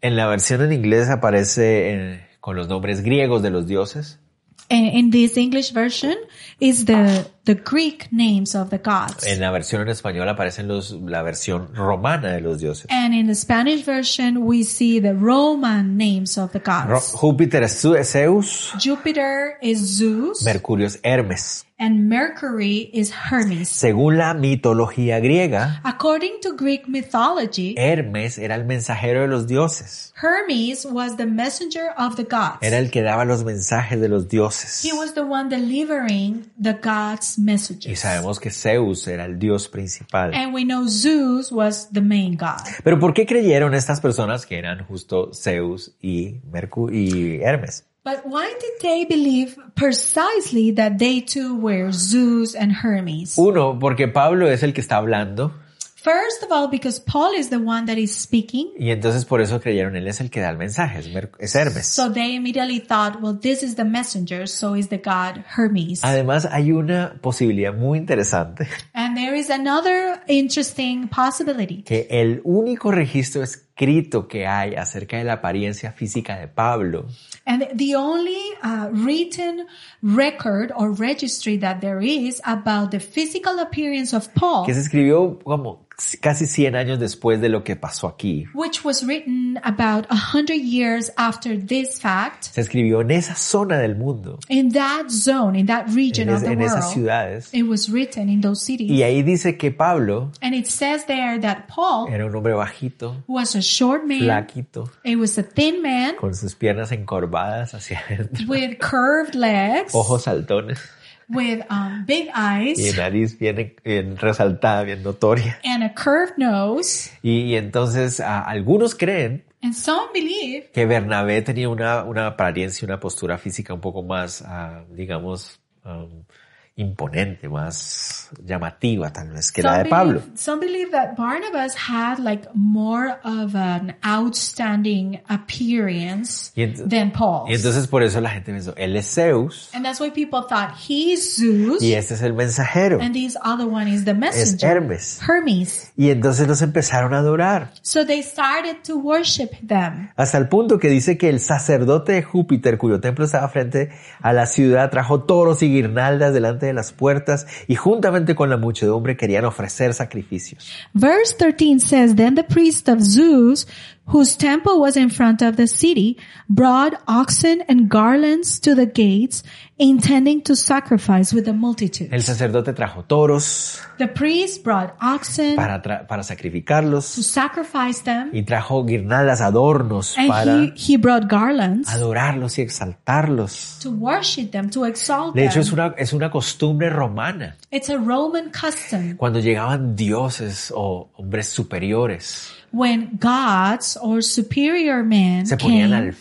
Speaker 1: en la versión en inglés aparece en- con los nombres griegos de los dioses.
Speaker 2: And in this English version is the, the Greek names of the gods.
Speaker 1: En la versión en español aparecen los, la versión romana de los dioses.
Speaker 2: And in the Spanish version, we see the Roman names of the
Speaker 1: Ro-
Speaker 2: gods.
Speaker 1: Júpiter es Zu- Zeus,
Speaker 2: Jupiter is Zeus
Speaker 1: Mercurio es Hermes.
Speaker 2: and Mercury is Hermes.
Speaker 1: Según la mitología griega,
Speaker 2: According to Greek mythology,
Speaker 1: Eh. Hermes era el mensajero de los dioses.
Speaker 2: Hermes was the messenger of the gods.
Speaker 1: Era el que daba los mensajes de los dioses.
Speaker 2: He was the one delivering the gods'
Speaker 1: Y
Speaker 2: messages.
Speaker 1: sabemos que Zeus era el dios principal.
Speaker 2: And we know Zeus was the main god.
Speaker 1: Pero ¿por qué creyeron estas personas que eran justo Zeus y, Mercu- y Hermes?
Speaker 2: But why did they believe precisely that they too were Zeus and Hermes?
Speaker 1: Uno, porque Pablo es el que está hablando
Speaker 2: First of all, because Paul is the one that is speaking.
Speaker 1: y entonces por eso creyeron, él es el que da el mensaje, es, Mer- es Hermes.
Speaker 2: So they immediately thought, well, this is the messenger, so is the god Hermes.
Speaker 1: Además hay una posibilidad muy interesante,
Speaker 2: And there is another interesting possibility
Speaker 1: que el único registro escrito que hay acerca de la apariencia física de Pablo
Speaker 2: And the only uh, written record or registry that there is about the physical appearance of Paul,
Speaker 1: que se escribió como casi 100 años después de lo que pasó aquí.
Speaker 2: which was written about a hundred years after this fact,
Speaker 1: Se escribió en esa zona del mundo,
Speaker 2: in that zone, in that region
Speaker 1: en, es-
Speaker 2: of the
Speaker 1: en esas
Speaker 2: world,
Speaker 1: ciudades.
Speaker 2: it was written in those cities.
Speaker 1: Y ahí dice que Pablo
Speaker 2: And it says there that Paul
Speaker 1: era un hombre bajito,
Speaker 2: was a short man.
Speaker 1: flaquito,
Speaker 2: It was a thin man
Speaker 1: con sus piernas encorvadas hacia adentro,
Speaker 2: with curved legs,
Speaker 1: ojos saltones
Speaker 2: with um, big
Speaker 1: y
Speaker 2: eyes,
Speaker 1: nariz bien, bien resaltada, bien notoria.
Speaker 2: and a curved nose.
Speaker 1: Y, y entonces a- algunos creen
Speaker 2: And some believe
Speaker 1: que Bernabé tenía una, una apariencia, una postura física un poco más, ah, digamos, am, imponente, más llamativa tal vez que la de Pablo.
Speaker 2: Believe, some believe that Barnabas had like more of an outstanding appearance
Speaker 1: Y, ent-
Speaker 2: than Paul.
Speaker 1: y entonces por eso la gente pensó, él es Zeus
Speaker 2: and that's why people thought he's Zeus
Speaker 1: y este es el mensajero,
Speaker 2: and this other one is the
Speaker 1: es
Speaker 2: messenger,
Speaker 1: Hermes.
Speaker 2: Hermes.
Speaker 1: Y entonces los empezaron a adorar.
Speaker 2: So they started to worship them.
Speaker 1: Hasta el punto que dice que el sacerdote de Júpiter, cuyo templo estaba frente a la ciudad, trajo toros y guirnaldas delante de las puertas y juntamente con la muchedumbre querían ofrecer sacrificios.
Speaker 2: Verse 13 says, Then the priest of Zeus, whose temple was in front of the city, brought oxen and garlands to the gates, intending to sacrifice with the multitude.
Speaker 1: El sacerdote trajo toros
Speaker 2: The priest brought oxen
Speaker 1: para, tra- para
Speaker 2: to
Speaker 1: sacrificarlos
Speaker 2: sacrifice them,
Speaker 1: y trajo guirnaldas, adornos
Speaker 2: and
Speaker 1: para
Speaker 2: he, he brought garlands
Speaker 1: adorarlos y exaltarlos.
Speaker 2: to worship them, to exalt
Speaker 1: De
Speaker 2: them.
Speaker 1: hecho, es una, es una costumbre romana.
Speaker 2: it's a Roman custom.
Speaker 1: Cuando llegaban dioses o hombres superiores,
Speaker 2: when gods or superior men
Speaker 1: Se ponían
Speaker 2: came,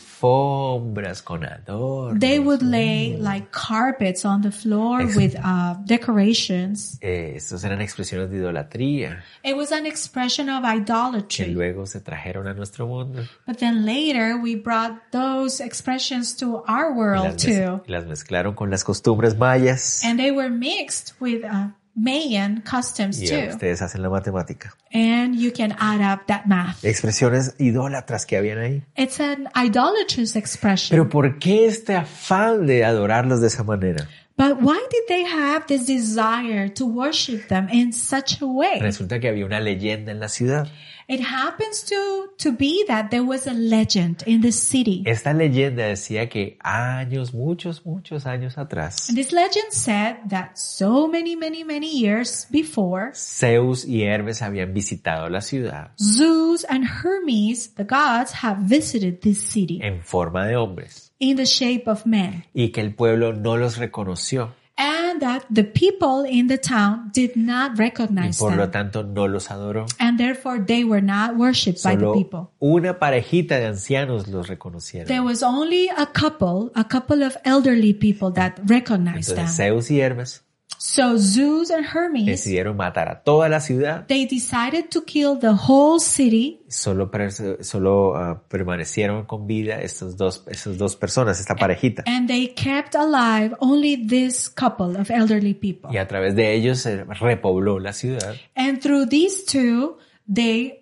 Speaker 1: alfombras con adornos.
Speaker 2: they would lay like carpets on the floor with uh, decorations.
Speaker 1: Eh, estos eran expresiones de idolatría
Speaker 2: It was an expression of
Speaker 1: que
Speaker 2: idolatry.
Speaker 1: luego se trajeron a nuestro mundo.
Speaker 2: But then later we brought those expressions to our
Speaker 1: Y
Speaker 2: world
Speaker 1: Las, mez-
Speaker 2: too.
Speaker 1: y las mezclaron con las costumbres mayas.
Speaker 2: And they were mixed with uh, Mayan customs
Speaker 1: Y
Speaker 2: too.
Speaker 1: ya ustedes hacen la matemática.
Speaker 2: And you can add up that math.
Speaker 1: Expresiones idólatras que habían ahí.
Speaker 2: It's an idolatrous expression.
Speaker 1: Pero ¿por qué este afán de adorarlos de esa manera?
Speaker 2: But why did they have this desire to worship them in such a way?
Speaker 1: Resulta que había una leyenda en la ciudad.
Speaker 2: It happens to, to be that there was a legend in the city.
Speaker 1: Esta leyenda decía que años, muchos, muchos años atrás,
Speaker 2: And this legend said that so many, many, many years before,
Speaker 1: Zeus y Hermes habían visitado la ciudad
Speaker 2: Zeus and Hermes, the gods, have visited this city
Speaker 1: en forma de hombres
Speaker 2: in the shape of men.
Speaker 1: y que el pueblo no los reconoció
Speaker 2: And that the people in the town did not
Speaker 1: y
Speaker 2: recognize
Speaker 1: por lo
Speaker 2: them.
Speaker 1: tanto no los adoró.
Speaker 2: And therefore they were not worshipped by the
Speaker 1: Solo
Speaker 2: people.
Speaker 1: una parejita de ancianos los
Speaker 2: There
Speaker 1: reconocieron.
Speaker 2: was only a couple, a couple of elderly people that recognized
Speaker 1: Entonces
Speaker 2: them.
Speaker 1: Zeus y Hermes
Speaker 2: So Zeus and Hermes,
Speaker 1: decidieron matar a toda la ciudad,
Speaker 2: they decided to kill the whole city
Speaker 1: solo, per- solo ah, permanecieron con vida estos dos, esas dos personas, esta parejita.
Speaker 2: and they kept alive only this couple of elderly people.
Speaker 1: Y a través de ellos se repobló la ciudad.
Speaker 2: And through these two, they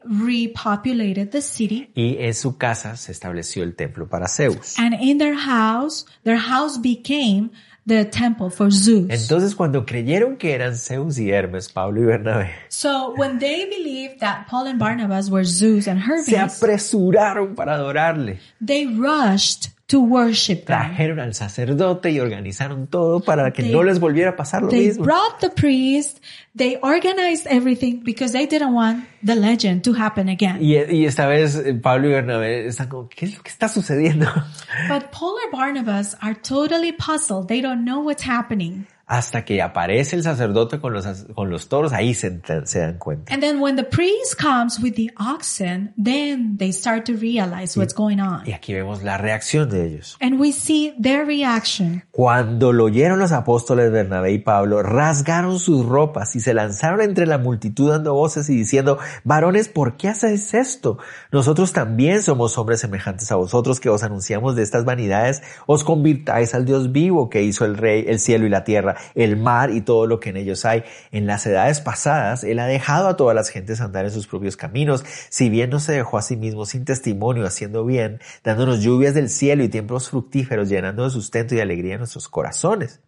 Speaker 2: repopulated the city.
Speaker 1: y en su casa se estableció el templo para Zeus.
Speaker 2: And in their house, their house became the temple for Zeus.
Speaker 1: Entonces cuando creyeron que eran Zeus y Hermes, Pablo y Bernabé,
Speaker 2: So when they believed that Paul and Barnabas were Zeus and
Speaker 1: se
Speaker 2: Hermes,
Speaker 1: apresuraron para adorarle.
Speaker 2: they rushed to worship them.
Speaker 1: Trajeron al sacerdote y organizaron todo para que
Speaker 2: They-
Speaker 1: no les volviera a pasar lo
Speaker 2: They
Speaker 1: mismo.
Speaker 2: brought the priest. They organized everything because they didn't want the legend to happen again.
Speaker 1: Y, y esta vez eh, Pablo y Bernabé están como, ¿qué es lo que está sucediendo?
Speaker 2: But Paul and Barnabas are totally puzzled. They don't know what's happening.
Speaker 1: Hasta que aparece el sacerdote con los, as- con los toros, ahí se, ent- se dan cuenta.
Speaker 2: And then when the priest comes with the oxen, then they start to realize what's going
Speaker 1: Y
Speaker 2: on.
Speaker 1: aquí vemos la reacción de ellos.
Speaker 2: And we see their reaction.
Speaker 1: Cuando lo oyeron los apóstoles Bernabé y Pablo, rasgaron sus ropas y se lanzaron entre la multitud dando voces y diciendo, varones, ¿por qué hacéis esto? Nosotros también somos hombres semejantes a vosotros que os anunciamos de estas vanidades, os convirtáis al Dios vivo que hizo el rey, el cielo y la tierra, el mar y todo lo que en ellos hay. En las edades pasadas, él ha dejado a todas las gentes andar en sus propios caminos, si bien no se dejó a sí mismo sin testimonio, haciendo bien, dándonos lluvias del cielo y tiempos fructíferos, llenando de sustento y alegría en nuestros corazones.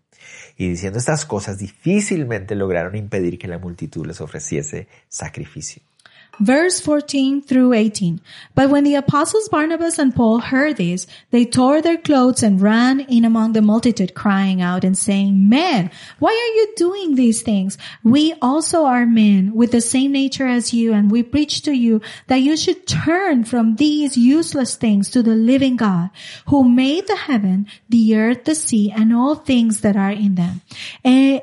Speaker 1: Y diciendo estas cosas, difícilmente lograron impedir que la multitud les ofreciese sacrificio.
Speaker 2: Verse 14 through 18. But when the apostles Barnabas and Paul heard this, they tore their clothes and ran in among the multitude, crying out and saying, Men, why are you doing these things? We also are men with the same nature as you, and we preach to you that you should turn from these useless things to the living God, who made the heaven, the earth, the sea, and all things that are in them. Eh,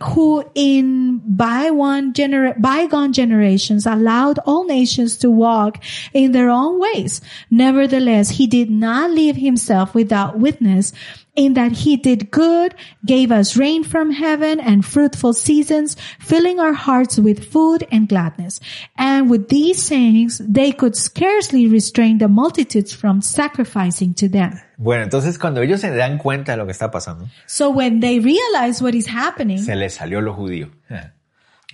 Speaker 2: who in by one gener- bygone generations allowed all nations to walk in their own ways. Nevertheless, he did not leave himself without witness in that he did good, gave us rain from heaven and fruitful seasons, filling our hearts with food and gladness. And with these sayings, they could scarcely restrain the multitudes from sacrificing to them.
Speaker 1: Bueno, entonces cuando ellos se dan cuenta de lo que está pasando,
Speaker 2: So when they realize what is happening,
Speaker 1: se les salió lo judío.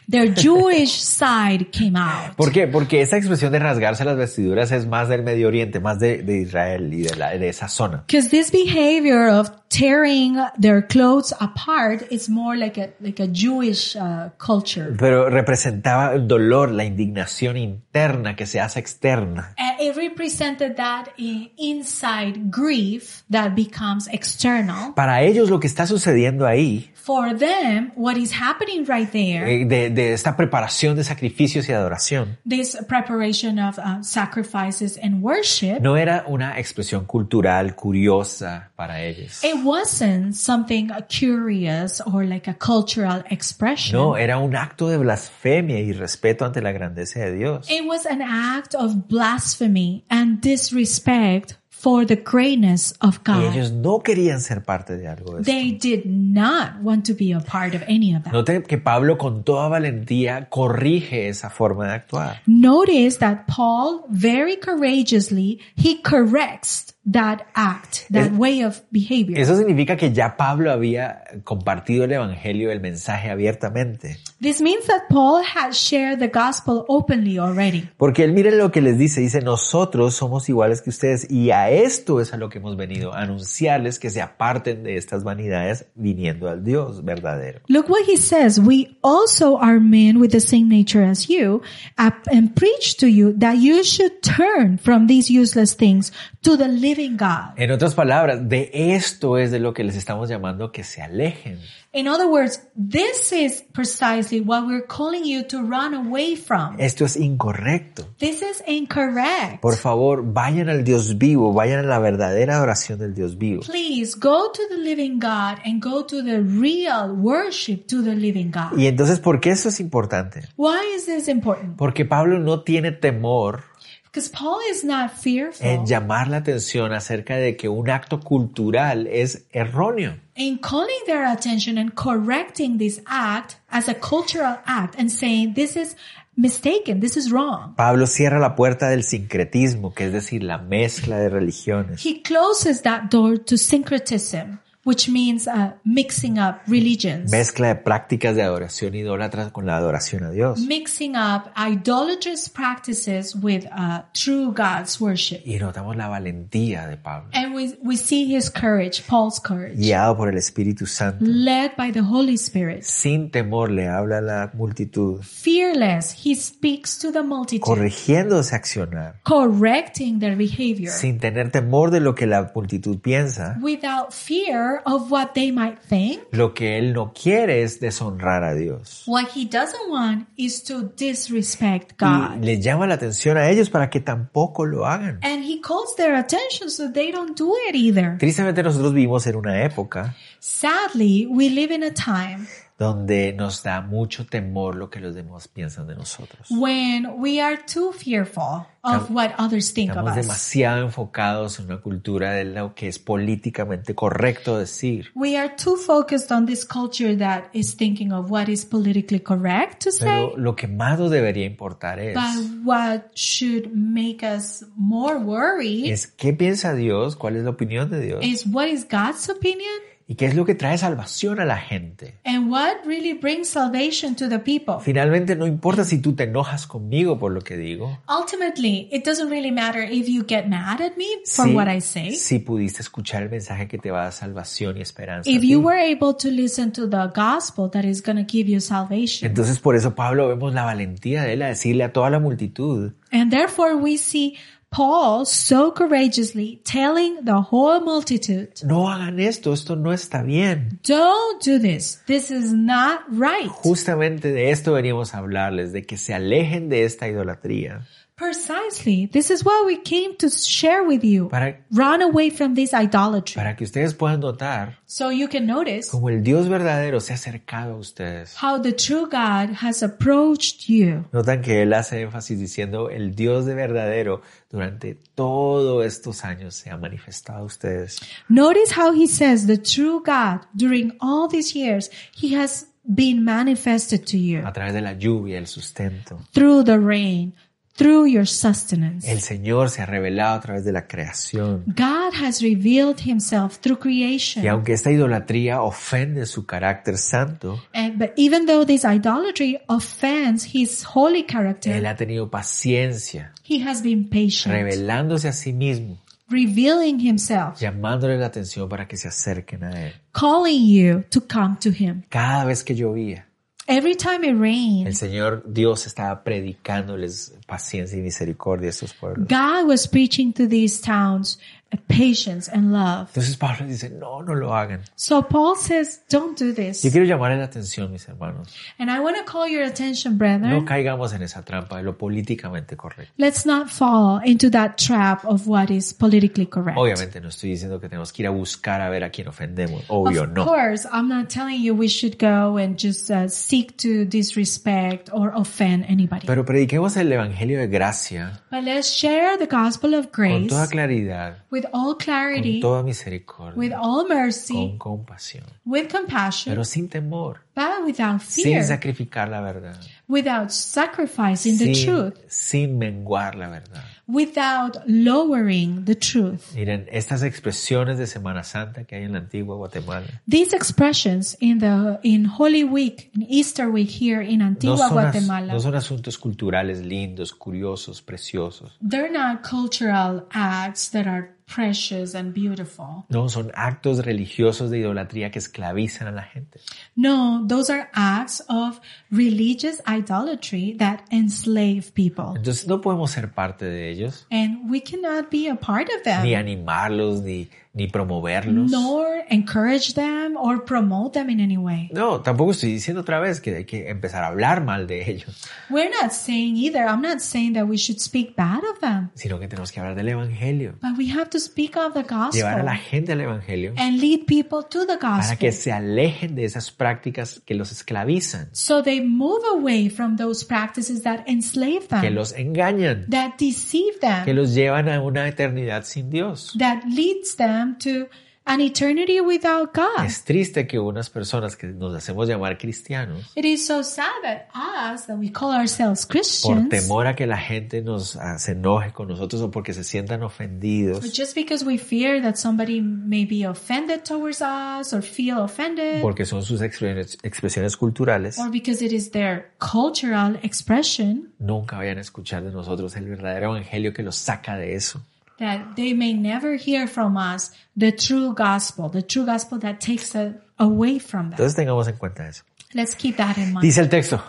Speaker 2: their Jewish side came out.
Speaker 1: ¿Por qué? Porque esta expresión de rasgarse las vestiduras es más del Medio Oriente, más de, de Israel y de, la- de esa zona.
Speaker 2: Because this behavior of tearing their clothes apart is more like a like a Jewish uh, culture.
Speaker 1: Pero representaba el dolor, la indignación interna que se hace externa.
Speaker 2: Uh, it represented that i- inside grief that becomes external.
Speaker 1: Para ellos lo que está sucediendo ahí
Speaker 2: For them, what is happening right there,
Speaker 1: eh, de, de esta preparación de sacrificios y adoración,
Speaker 2: this preparation of uh, sacrifices and worship,
Speaker 1: no era una expresión cultural curiosa para ellos.
Speaker 2: it wasn't something curious or like a cultural expression.
Speaker 1: No, era un acto de blasfemia y respeto ante la grandeza de Dios.
Speaker 2: It was an act of blasphemy and disrespect for the greatness of
Speaker 1: Y
Speaker 2: God.
Speaker 1: ellos no querían ser parte de algo de eso.
Speaker 2: They did not want to be a part of any of that.
Speaker 1: Note que Pablo con toda valentía corrige esa forma de actuar.
Speaker 2: Notice that Paul very courageously he corrects that act, that
Speaker 1: Es-
Speaker 2: way of behavior.
Speaker 1: Eso significa que ya Pablo había compartido el evangelio, el mensaje abiertamente.
Speaker 2: this means that Paul had shared the gospel openly already.
Speaker 1: Porque él mire lo que les dice, dice, nosotros somos iguales que ustedes y a esto es a lo que hemos venido, a anunciarles que se aparten de estas vanidades viniendo al Dios verdadero.
Speaker 2: Look what he says. We also are men with the same nature as you uh, and preach to you that you should turn from these useless things to the living God.
Speaker 1: En otras palabras, de esto es de lo que les estamos llamando que se alejen.
Speaker 2: In other words, this is precisely what we're calling you to run away from.
Speaker 1: Esto es incorrecto.
Speaker 2: This is incorrect.
Speaker 1: Por favor, vayan al Dios vivo, vayan a la verdadera adoración del Dios vivo.
Speaker 2: Please go to the living God and go to the real worship to the living God.
Speaker 1: Y entonces, ¿por qué eso es importante?
Speaker 2: Why is this important?
Speaker 1: Porque Pablo no tiene temor
Speaker 2: Because Paul is not fearful
Speaker 1: en llamar la atención acerca de que un acto cultural es erróneo.
Speaker 2: in calling their attention and correcting this act as a cultural act and saying this is mistaken, this is wrong.
Speaker 1: Pablo cierra la puerta del sincretismo, que es decir, la mezcla de religiones.
Speaker 2: He closes that door to syncretism, which means uh, mixing up religions.
Speaker 1: Mezcla de prácticas de adoración idólatra con la adoración a Dios.
Speaker 2: Mixing up idolatrous practices with uh, true God's worship.
Speaker 1: Y notamos la valentía de Pablo,
Speaker 2: And we, we see his courage, Paul's courage.
Speaker 1: guiado por el Espíritu Santo.
Speaker 2: led by the Holy Spirit.
Speaker 1: Sin temor le habla a la multitud,
Speaker 2: Fearless, he speaks to the multitude,
Speaker 1: corrigiéndose a accionar,
Speaker 2: correcting their behavior
Speaker 1: sin tener temor de lo que la multitud piensa.
Speaker 2: without fear of what they might think.
Speaker 1: Lo que él no quiere es deshonrar a Dios.
Speaker 2: What he doesn't want is to disrespect
Speaker 1: Y
Speaker 2: God.
Speaker 1: le llama la atención a ellos para que tampoco lo hagan.
Speaker 2: And he calls their attention so they don't do it either.
Speaker 1: Tristemente nosotros vivimos en una época
Speaker 2: Sadly, we live in a time
Speaker 1: donde nos da mucho temor lo que los demás piensan de nosotros.
Speaker 2: Mm, when we are too fearful of what others think of
Speaker 1: Estamos
Speaker 2: us.
Speaker 1: demasiado enfocados en una cultura de lo que es políticamente correcto decir.
Speaker 2: We are too focused on this culture that is thinking of what is politically correct to say.
Speaker 1: Pero lo que más nos debería importar es,
Speaker 2: But what should make us more worried
Speaker 1: es qué piensa Dios, cuál es la opinión de Dios
Speaker 2: is what is God's opinion
Speaker 1: y qué es lo que trae salvación a la gente.
Speaker 2: and what really brings salvation to the people.
Speaker 1: Finalmente, no importa si tú te enojas conmigo por lo que digo,
Speaker 2: Ultimately, it doesn't really matter if you get mad at me for
Speaker 1: si,
Speaker 2: what I say.
Speaker 1: si pudiste escuchar el mensaje que te va a dar salvación y esperanza. a
Speaker 2: If
Speaker 1: ti.
Speaker 2: you were able to listen to the gospel that is going to give you salvation.
Speaker 1: Entonces por eso Pablo vemos la valentía de él a decirle a toda la multitud,
Speaker 2: And therefore, we see Paul so courageously telling the whole multitude,
Speaker 1: no hagan esto, esto no está bien.
Speaker 2: don't do this. This is not right.
Speaker 1: Justamente de esto veníamos a hablarles, de que se alejen de esta idolatría.
Speaker 2: Precisely. This is what we came to share with you.
Speaker 1: Para-
Speaker 2: Run away from this idolatry.
Speaker 1: Para que ustedes puedan notar
Speaker 2: so you can notice
Speaker 1: cómo el Dios verdadero se ha acercado a ustedes.
Speaker 2: how the true God has approached you.
Speaker 1: Notan que él hace énfasis diciendo, el Dios de verdadero durante todos estos años se ha manifestado a ustedes.
Speaker 2: Notice how he says the true God during all these years, he has been manifested to you
Speaker 1: a través de la lluvia, el sustento.
Speaker 2: through the rain, through your sustenance.
Speaker 1: El Señor se ha revelado a través de la creación.
Speaker 2: God has revealed himself through creation.
Speaker 1: Y aunque esta idolatría ofende su carácter santo,
Speaker 2: And- but even though this idolatry offends his holy
Speaker 1: Él
Speaker 2: character,
Speaker 1: ha tenido paciencia,
Speaker 2: he has been patient.
Speaker 1: revelándose a sí mismo,
Speaker 2: revealing himself,
Speaker 1: llamándole la atención para que se acerquen a Él.
Speaker 2: calling you to come to him.
Speaker 1: Cada vez que llovía,
Speaker 2: Every time it
Speaker 1: el
Speaker 2: rains,
Speaker 1: Señor Dios estaba predicándoles paciencia y misericordia a estos pueblos.
Speaker 2: God was preaching to these towns uh, patience and love.
Speaker 1: Entonces Pablo dice, no, no lo hagan.
Speaker 2: So Paul says, don't do this.
Speaker 1: Yo quiero llamar la atención, mis hermanos.
Speaker 2: And I want to call your attention,
Speaker 1: No
Speaker 2: brethren.
Speaker 1: caigamos en esa trampa de lo políticamente correcto.
Speaker 2: Let's not fall into that trap of what is politically correct.
Speaker 1: Obviamente no estoy diciendo que tenemos que ir a buscar a ver a quién ofendemos. Obvio,
Speaker 2: of
Speaker 1: no.
Speaker 2: course, I'm not telling you we should go and just uh, seek to disrespect or offend anybody.
Speaker 1: Pero prediquemos el Evangelio de gracia
Speaker 2: but let's share the gospel of
Speaker 1: con
Speaker 2: grace
Speaker 1: toda claridad,
Speaker 2: with all
Speaker 1: con
Speaker 2: clarity,
Speaker 1: toda
Speaker 2: with
Speaker 1: misericordia,
Speaker 2: all
Speaker 1: con
Speaker 2: mercy,
Speaker 1: compasión,
Speaker 2: with compassion,
Speaker 1: pero sin temor,
Speaker 2: but without
Speaker 1: sin
Speaker 2: fear,
Speaker 1: sacrificar la verdad,
Speaker 2: without sacrificing the
Speaker 1: sin,
Speaker 2: truth,
Speaker 1: sin menguar la verdad.
Speaker 2: without lowering the truth.
Speaker 1: Miren, estas expresiones de Semana Santa que hay en la antigua Guatemala
Speaker 2: These expressions in the in Holy Week, in Easter week here in
Speaker 1: no
Speaker 2: Antigua
Speaker 1: son, as-
Speaker 2: Guatemala,
Speaker 1: no son asuntos culturales lindos, curiosos, preciosos.
Speaker 2: they're not cultural acts that are precious and beautiful.
Speaker 1: No, son actos religiosos de idolatría que esclavizan a la gente.
Speaker 2: No, those are acts of religious idolatry that enslave people.
Speaker 1: Entonces no podemos ser parte de ellos,
Speaker 2: And we cannot be a part of them.
Speaker 1: ni animarlos, ni, ni promoverlos.
Speaker 2: nor encourage them or promote them in any way.
Speaker 1: No, tampoco estoy diciendo otra vez que hay que empezar a hablar mal de ellos,
Speaker 2: We're not saying either, I'm not saying that we should speak bad of them,
Speaker 1: sino que tenemos que hablar del Evangelio,
Speaker 2: but we have to speak of the
Speaker 1: llevar a
Speaker 2: gospel
Speaker 1: la gente al Evangelio
Speaker 2: and lead people to the
Speaker 1: para que
Speaker 2: gospel.
Speaker 1: se alejen de esas prácticas que los esclavizan,
Speaker 2: So they move away from those practices that enslave
Speaker 1: que
Speaker 2: them,
Speaker 1: los engañan,
Speaker 2: that deceive
Speaker 1: que
Speaker 2: them,
Speaker 1: los llevan a una eternidad sin Dios.
Speaker 2: that leads them to an eternity without God.
Speaker 1: Es triste que unas personas que nos hacemos llamar cristianos,
Speaker 2: It is so sad that us, that we call ourselves
Speaker 1: por
Speaker 2: Christians,
Speaker 1: temor a que la gente nos ah, se enoje con nosotros o porque se sientan
Speaker 2: But
Speaker 1: ofendidos,
Speaker 2: just because we fear that somebody may be offended towards us or feel offended,
Speaker 1: porque son sus expre- expresiones culturales,
Speaker 2: or because it is their cultural expression,
Speaker 1: nunca vayan a escuchar de nosotros el verdadero evangelio que los saca de eso.
Speaker 2: that they may never hear from us the true gospel, the true gospel that takes it away from them.
Speaker 1: Entonces tengamos en cuenta eso.
Speaker 2: Let's keep that in mind.
Speaker 1: Ah. Dice el texto,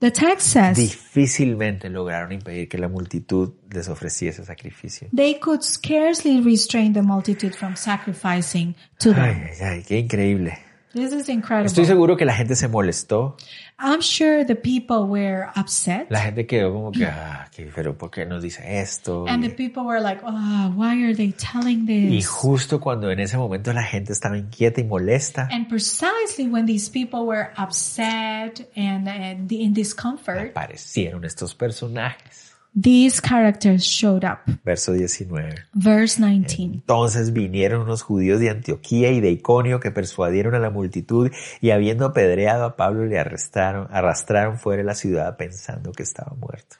Speaker 2: The text says
Speaker 1: difícilmente lograron impedir que la multitud les ofreciese sacrificio.
Speaker 2: they could scarcely restrain the multitude from sacrificing to
Speaker 1: Ay,
Speaker 2: them.
Speaker 1: ay, ay, qué increíble.
Speaker 2: This is
Speaker 1: Estoy
Speaker 2: incredible.
Speaker 1: seguro que la gente se molestó.
Speaker 2: I'm sure the people were upset.
Speaker 1: La gente quedó como que, ah, que- pero ¿por qué nos dice esto?
Speaker 2: And the
Speaker 1: Y,
Speaker 2: people were like, oh, why are they telling this?
Speaker 1: y justo cuando en ese momento la gente estaba inquieta y molesta,
Speaker 2: And precisely when these people were upset and, and in discomfort,
Speaker 1: aparecieron estos personajes.
Speaker 2: these characters showed up.
Speaker 1: Verso 19.
Speaker 2: Verse 19.
Speaker 1: Entonces vinieron unos judíos de Antioquía y de Iconio que persuadieron a la multitud y habiendo apedreado a Pablo le arrestaron, arrastraron fuera de la ciudad pensando que estaba muerto.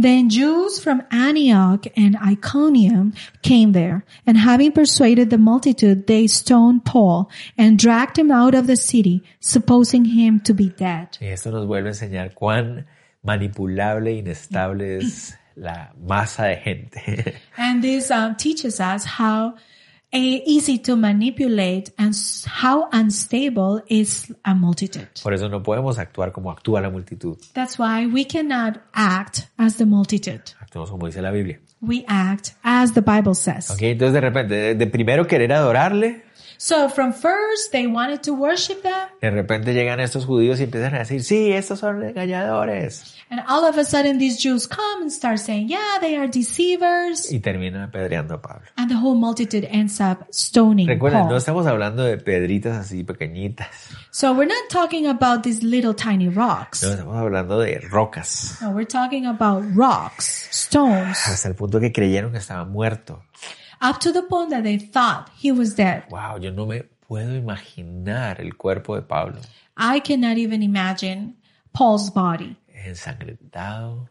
Speaker 2: Then Jews from Antioch and Iconium came there, and having persuaded the multitude, they stoned Paul and dragged him out of the city, supposing him to be dead.
Speaker 1: Y esto nos vuelve a enseñar cuán manipulable e inestable es la masa de gente.
Speaker 2: And this um, teaches us how eh, easy to manipulate and s- how unstable is a multitude.
Speaker 1: Por eso no podemos actuar como actúa la multitud.
Speaker 2: That's why we cannot act as the multitude.
Speaker 1: Actuamos como dice la Biblia.
Speaker 2: We act as the Bible says.
Speaker 1: Ok, entonces de repente, de, de primero querer adorarle,
Speaker 2: So from first they wanted to worship them
Speaker 1: de repente llegan estos judíos y empiezan a decir, sí, estos son engañadores.
Speaker 2: and all of a sudden these Jews come and start saying, yeah, they are deceivers.
Speaker 1: Y terminan apedreando a Pablo.
Speaker 2: And the whole multitude ends up stoning
Speaker 1: Recuerden, no
Speaker 2: Paul.
Speaker 1: estamos hablando de pedritas así pequeñitas.
Speaker 2: So we're not talking about these little tiny rocks.
Speaker 1: No, estamos hablando de rocas.
Speaker 2: No, we're talking about rocks, stones,
Speaker 1: Hasta el punto que creyeron que estaba muerto.
Speaker 2: up to the point that they thought he was dead.
Speaker 1: Wow, yo no me puedo imaginar el cuerpo de Pablo
Speaker 2: I cannot even imagine Paul's body
Speaker 1: ensangrentado.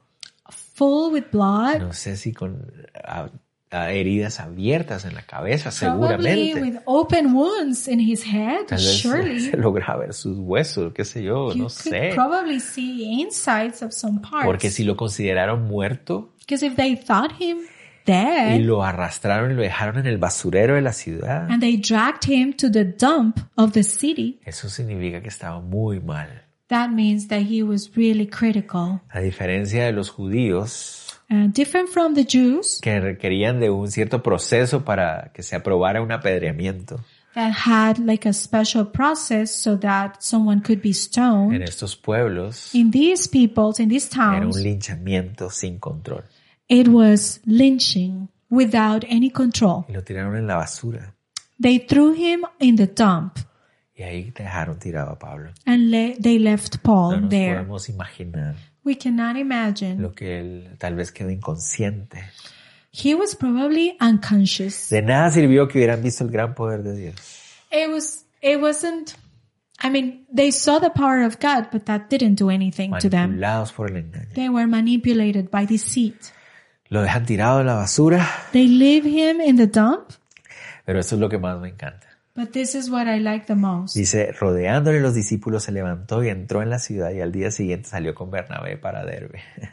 Speaker 2: full with blood.
Speaker 1: No sé si con a- a heridas abiertas en la cabeza,
Speaker 2: Probably
Speaker 1: seguramente.
Speaker 2: with open wounds in his head,
Speaker 1: Tal vez se,
Speaker 2: surely.
Speaker 1: se logra ver sus huesos, qué sé yo, no
Speaker 2: You could
Speaker 1: sé.
Speaker 2: probably see insides of some
Speaker 1: Porque
Speaker 2: parts.
Speaker 1: si lo consideraron muerto
Speaker 2: Because if they thought him
Speaker 1: y
Speaker 2: dead
Speaker 1: lo arrastraron y lo dejaron en el basurero de la ciudad,
Speaker 2: and they dragged him to the dump of the city,
Speaker 1: eso significa que estaba muy mal.
Speaker 2: that means that he was really critical.
Speaker 1: A diferencia de los judíos,
Speaker 2: Uh, different from the Jews
Speaker 1: que requerían de un cierto proceso para que se aprobara un apedreamiento
Speaker 2: that had like a special process so that someone could be
Speaker 1: en
Speaker 2: stoned.
Speaker 1: estos pueblos.
Speaker 2: In these peoples, in these
Speaker 1: Era un
Speaker 2: towns,
Speaker 1: linchamiento sin control.
Speaker 2: it was lynching without any control.
Speaker 1: Y lo tiraron en la basura.
Speaker 2: They threw him in the dump
Speaker 1: Y ahí dejaron tirado a Pablo.
Speaker 2: and le- they left
Speaker 1: No
Speaker 2: Paul
Speaker 1: nos
Speaker 2: there.
Speaker 1: podemos imaginar
Speaker 2: We cannot imagine.
Speaker 1: lo que él tal vez quedó inconsciente.
Speaker 2: He was probably unconscious.
Speaker 1: De nada sirvió que hubieran visto el gran poder de Dios.
Speaker 2: It was, it wasn't, I mean, they saw the power of God, but that didn't do anything to them.
Speaker 1: Manipulados por el engaño.
Speaker 2: They were manipulated by deceit.
Speaker 1: Lo dejan tirado en la basura.
Speaker 2: They leave him in the dump,
Speaker 1: Pero eso es lo que más me encanta.
Speaker 2: but this is what I like the most.
Speaker 1: Dice, rodeándole los discípulos se levantó y entró en la ciudad y al día siguiente salió con Bernabé para Derbe.